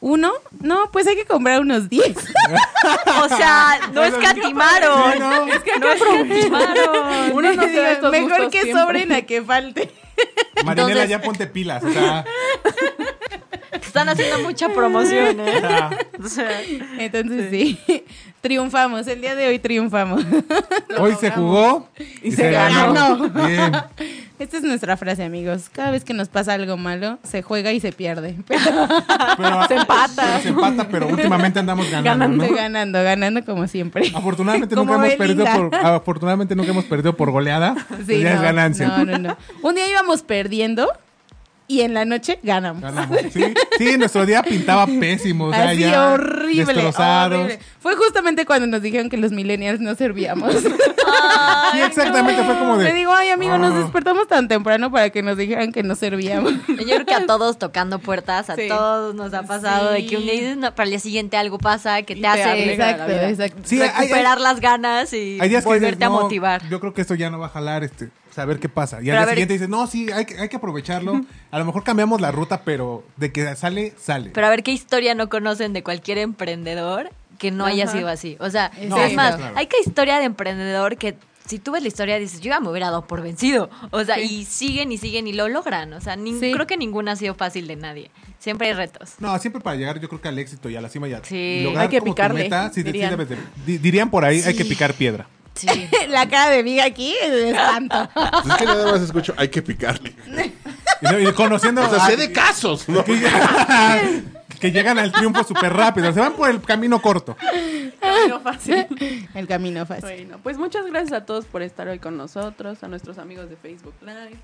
Speaker 3: ¿Uno? No, pues hay que comprar unos 10.
Speaker 7: O sea, no escatimaron.
Speaker 4: no.
Speaker 5: Es que no aprovecharon. Uno no se da estos
Speaker 3: Mejor
Speaker 5: gustos
Speaker 3: que
Speaker 5: siempre.
Speaker 3: sobren a que falte.
Speaker 4: Marinela,
Speaker 7: Entonces-
Speaker 4: ya ponte pilas. O sea,
Speaker 7: Están haciendo mucha promoción,
Speaker 4: o
Speaker 7: ¿eh?
Speaker 4: sea,
Speaker 7: O sea,
Speaker 3: Entonces sí. triunfamos. El día de hoy triunfamos.
Speaker 4: hoy se jugó y,
Speaker 5: se
Speaker 4: Bien.
Speaker 3: Esta es nuestra frase, amigos. Cada vez que nos pasa algo malo, se juega y se pierde. Pero
Speaker 4: Pero-
Speaker 5: Se empata.
Speaker 4: pero se empata, pero últimamente andamos ganando. ¿no?
Speaker 3: ganando, ganando como siempre.
Speaker 4: Afortunadamente
Speaker 3: Como
Speaker 4: nunca hemos perdido
Speaker 3: Belinda.
Speaker 4: por afortunadamente nunca hemos perdido por goleada.
Speaker 3: Sí,
Speaker 4: ya
Speaker 3: no,
Speaker 4: es ganancia.
Speaker 3: No, no, no. Un día íbamos perdiendo y en la noche ganamos.
Speaker 4: Ganamos. Sí, sí, nuestro día pintaba pésimo, o sea,
Speaker 3: Así
Speaker 4: ya
Speaker 3: horrible,
Speaker 4: destrozados.
Speaker 3: horrible. Fue justamente cuando nos dijeron que los millennials no servíamos.
Speaker 4: Sí, exactamente, fue como
Speaker 3: Le
Speaker 4: de
Speaker 3: digo, ay amigo, nos
Speaker 4: Ah.
Speaker 3: despertamos tan temprano para que nos dijeran que no servíamos.
Speaker 7: Yo creo que a todos tocando puertas, a
Speaker 5: Sí.
Speaker 7: todos nos ha pasado de que un día dices, "No", para el día siguiente algo pasa que te,
Speaker 5: Y te
Speaker 7: hace
Speaker 5: alegra la
Speaker 3: exacto,
Speaker 5: vida.
Speaker 3: exacto.
Speaker 4: Sí, hay- hay-
Speaker 7: recuperar las ganas y
Speaker 4: hay días que
Speaker 7: volverte
Speaker 4: dices,
Speaker 7: a
Speaker 4: "No,
Speaker 7: motivar.
Speaker 4: Yo creo que esto ya no va a jalar, este, saber qué pasa. Y
Speaker 7: Pero a
Speaker 4: al día
Speaker 7: ver-
Speaker 4: siguiente dices, "No, sí, hay que, hay que aprovecharlo. A lo mejor cambiamos la ruta, pero de que sale, sale."
Speaker 7: Pero a ver qué historia no conocen de cualquier emprendedor que no haya
Speaker 5: Ajá.
Speaker 7: sido así. O sea,
Speaker 4: No,
Speaker 7: es
Speaker 4: sí,
Speaker 7: más,
Speaker 4: claro.
Speaker 7: hay que historia de emprendedor que si tú ves la historia dices, yo ya me hubiera dado por vencido. O sea, y siguen y siguen y lo logran. O sea, nin-
Speaker 3: Sí.
Speaker 7: creo que ninguna ha sido fácil de nadie. Siempre hay retos.
Speaker 4: No, siempre para llegar, yo creo que al éxito y a la cima ya.
Speaker 7: Sí.
Speaker 5: Hay que
Speaker 4: como tu
Speaker 5: picarle,
Speaker 4: meta, sí, sí
Speaker 5: dirían.
Speaker 4: debes de- di- dirían por ahí, hay que picar piedra.
Speaker 7: Sí.
Speaker 3: La cara de Viga aquí es de espanto.
Speaker 8: Pues es que nada más escucho, hay que picarle.
Speaker 4: Y, no, y conociendo
Speaker 8: O sea,
Speaker 4: a-
Speaker 8: sé de casos, ¿no?
Speaker 4: que, que llegan al triunfo súper rápido. Se van por el camino corto.
Speaker 5: Camino fácil.
Speaker 3: El camino fácil.
Speaker 5: Bueno, pues muchas gracias a todos por estar hoy con nosotros, a nuestros amigos de Facebook Live,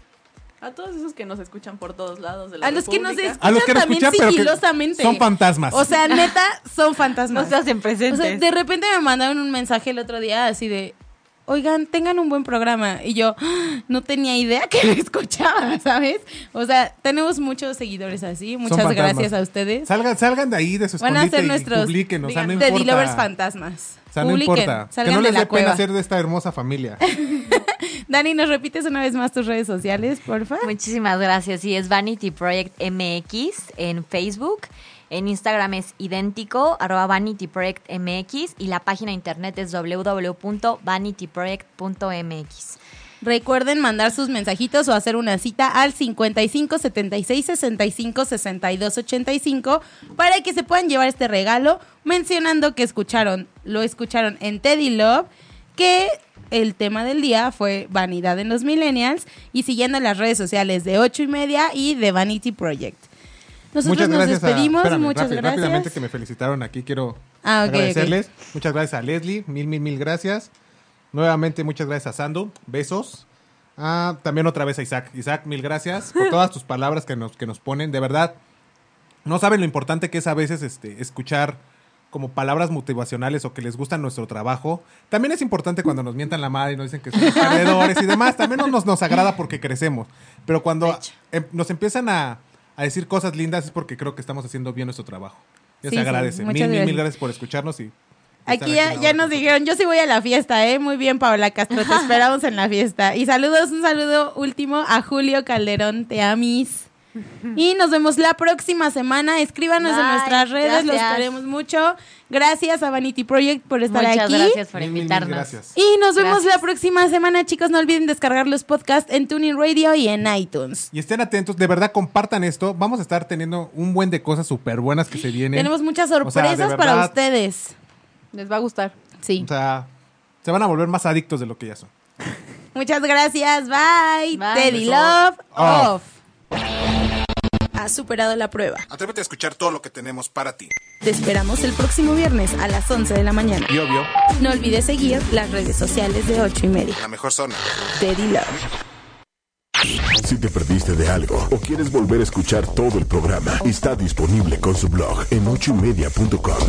Speaker 5: a todos esos que nos escuchan por todos lados de la
Speaker 3: A los que nos
Speaker 5: República.
Speaker 3: escuchan
Speaker 4: A los que nos
Speaker 3: también
Speaker 4: escuchan, pero que
Speaker 3: sigilosamente.
Speaker 4: son fantasmas.
Speaker 3: O sea, neta, son fantasmas.
Speaker 7: No se hacen
Speaker 3: O
Speaker 7: presentes.
Speaker 3: sea, de repente me mandaron un mensaje el otro día así de, oigan, tengan un buen programa. Y yo, "Ah, no tenía idea que lo escuchaba, ¿sabes? O sea, tenemos muchos seguidores así. Muchas
Speaker 4: fantasmas.
Speaker 3: gracias a ustedes.
Speaker 4: Salgan, salgan de ahí de su
Speaker 3: Van a
Speaker 4: escondite
Speaker 3: ser
Speaker 4: y
Speaker 3: nuestros
Speaker 4: publiquen. O sea, no
Speaker 3: The
Speaker 4: importa.
Speaker 3: Delovers fantasmas.
Speaker 4: O sea, no
Speaker 3: Publiquen,
Speaker 4: importa. Que
Speaker 3: salgan
Speaker 4: no
Speaker 3: de
Speaker 4: les
Speaker 3: la
Speaker 4: dé
Speaker 3: cueva.
Speaker 4: pena ser de esta hermosa familia.
Speaker 3: Dani, ¿nos repites una vez más tus redes sociales, porfa?
Speaker 7: Muchísimas gracias. Sí, es Vanity Project MX en Facebook. En Instagram es idéntico, arroba Vanity Project MX. Y la página de internet es www.vanityproject.mx.
Speaker 3: Recuerden mandar sus mensajitos o hacer una cita al 55 76 65 62 85 para que se puedan llevar este regalo mencionando que escucharon, lo escucharon en Teddy Love, que el tema del día fue vanidad en los millennials y siguiendo las redes sociales de 8 y media y de Vanity Project. Nosotros
Speaker 4: muchas
Speaker 3: nos
Speaker 4: gracias. a-
Speaker 3: despedimos,
Speaker 4: espérame,
Speaker 3: muchas
Speaker 4: rápido, Rápidamente
Speaker 3: gracias.
Speaker 4: que me felicitaron aquí. Quiero
Speaker 3: Ah, ok, ok.
Speaker 4: agradecerles. Muchas gracias a Leslie. Mil, mil, mil gracias. Nuevamente, muchas gracias a Sando. Besos. Ah, también otra vez a Isaac. Isaac, mil gracias por todas tus palabras que nos, que nos ponen. De verdad, no saben lo importante que es a veces este, escuchar como palabras motivacionales o que les gusta nuestro trabajo. También es importante cuando nos mientan la madre y nos dicen que somos perdedores y demás. También no nos, nos agrada porque crecemos. Pero cuando em, nos empiezan a, a decir cosas lindas es porque creo que estamos haciendo bien nuestro trabajo. Ya
Speaker 3: Sí,
Speaker 4: se
Speaker 3: sí,
Speaker 4: agradece.
Speaker 3: muchas
Speaker 4: mil, mil, mil
Speaker 3: gracias.
Speaker 4: gracias por escucharnos y... estar
Speaker 3: Aquí ya,
Speaker 4: en la
Speaker 3: ya
Speaker 4: hora.
Speaker 3: nos dijeron, yo sí voy a la fiesta, ¿eh? Muy bien, Paola Castro, te esperamos en la fiesta. Y saludos, un saludo último a Julio Calderón, te amis. Y nos vemos la próxima semana. Escríbanos en
Speaker 7: Bye,
Speaker 3: nuestras redes, los
Speaker 7: gracias.
Speaker 3: queremos mucho. Gracias a Vanity Project por estar
Speaker 7: Muchas
Speaker 3: aquí.
Speaker 7: gracias por
Speaker 4: Mil, mil, mil
Speaker 7: invitarnos.
Speaker 4: gracias.
Speaker 3: Y nos vemos
Speaker 7: Gracias.
Speaker 3: la próxima semana, chicos. No olviden descargar los podcasts en Tuning Radio y en iTunes.
Speaker 4: Y estén atentos, de verdad compartan esto. Vamos a estar teniendo un buen de cosas súper buenas que se vienen.
Speaker 3: Tenemos muchas
Speaker 4: O sea, de
Speaker 3: sorpresas para
Speaker 4: verdad,
Speaker 3: ustedes.
Speaker 5: Les va a gustar.
Speaker 3: Sí.
Speaker 4: O sea, se van a volver más adictos de lo que ya son.
Speaker 3: Muchas gracias. Bye.
Speaker 7: Bye.
Speaker 3: Teddy
Speaker 4: Beso.
Speaker 3: Love
Speaker 4: Off.
Speaker 3: off. Ha superado la prueba.
Speaker 2: Atrévete a escuchar todo lo que tenemos para ti.
Speaker 3: Te esperamos el próximo viernes a las 11 de la mañana.
Speaker 4: Y obvio.
Speaker 3: No olvides seguir las redes sociales de 8 y media.
Speaker 2: La mejor zona.
Speaker 3: Teddy Love.
Speaker 10: Si te perdiste de algo o quieres volver a escuchar todo el programa, está disponible con su blog en ochoymedia.com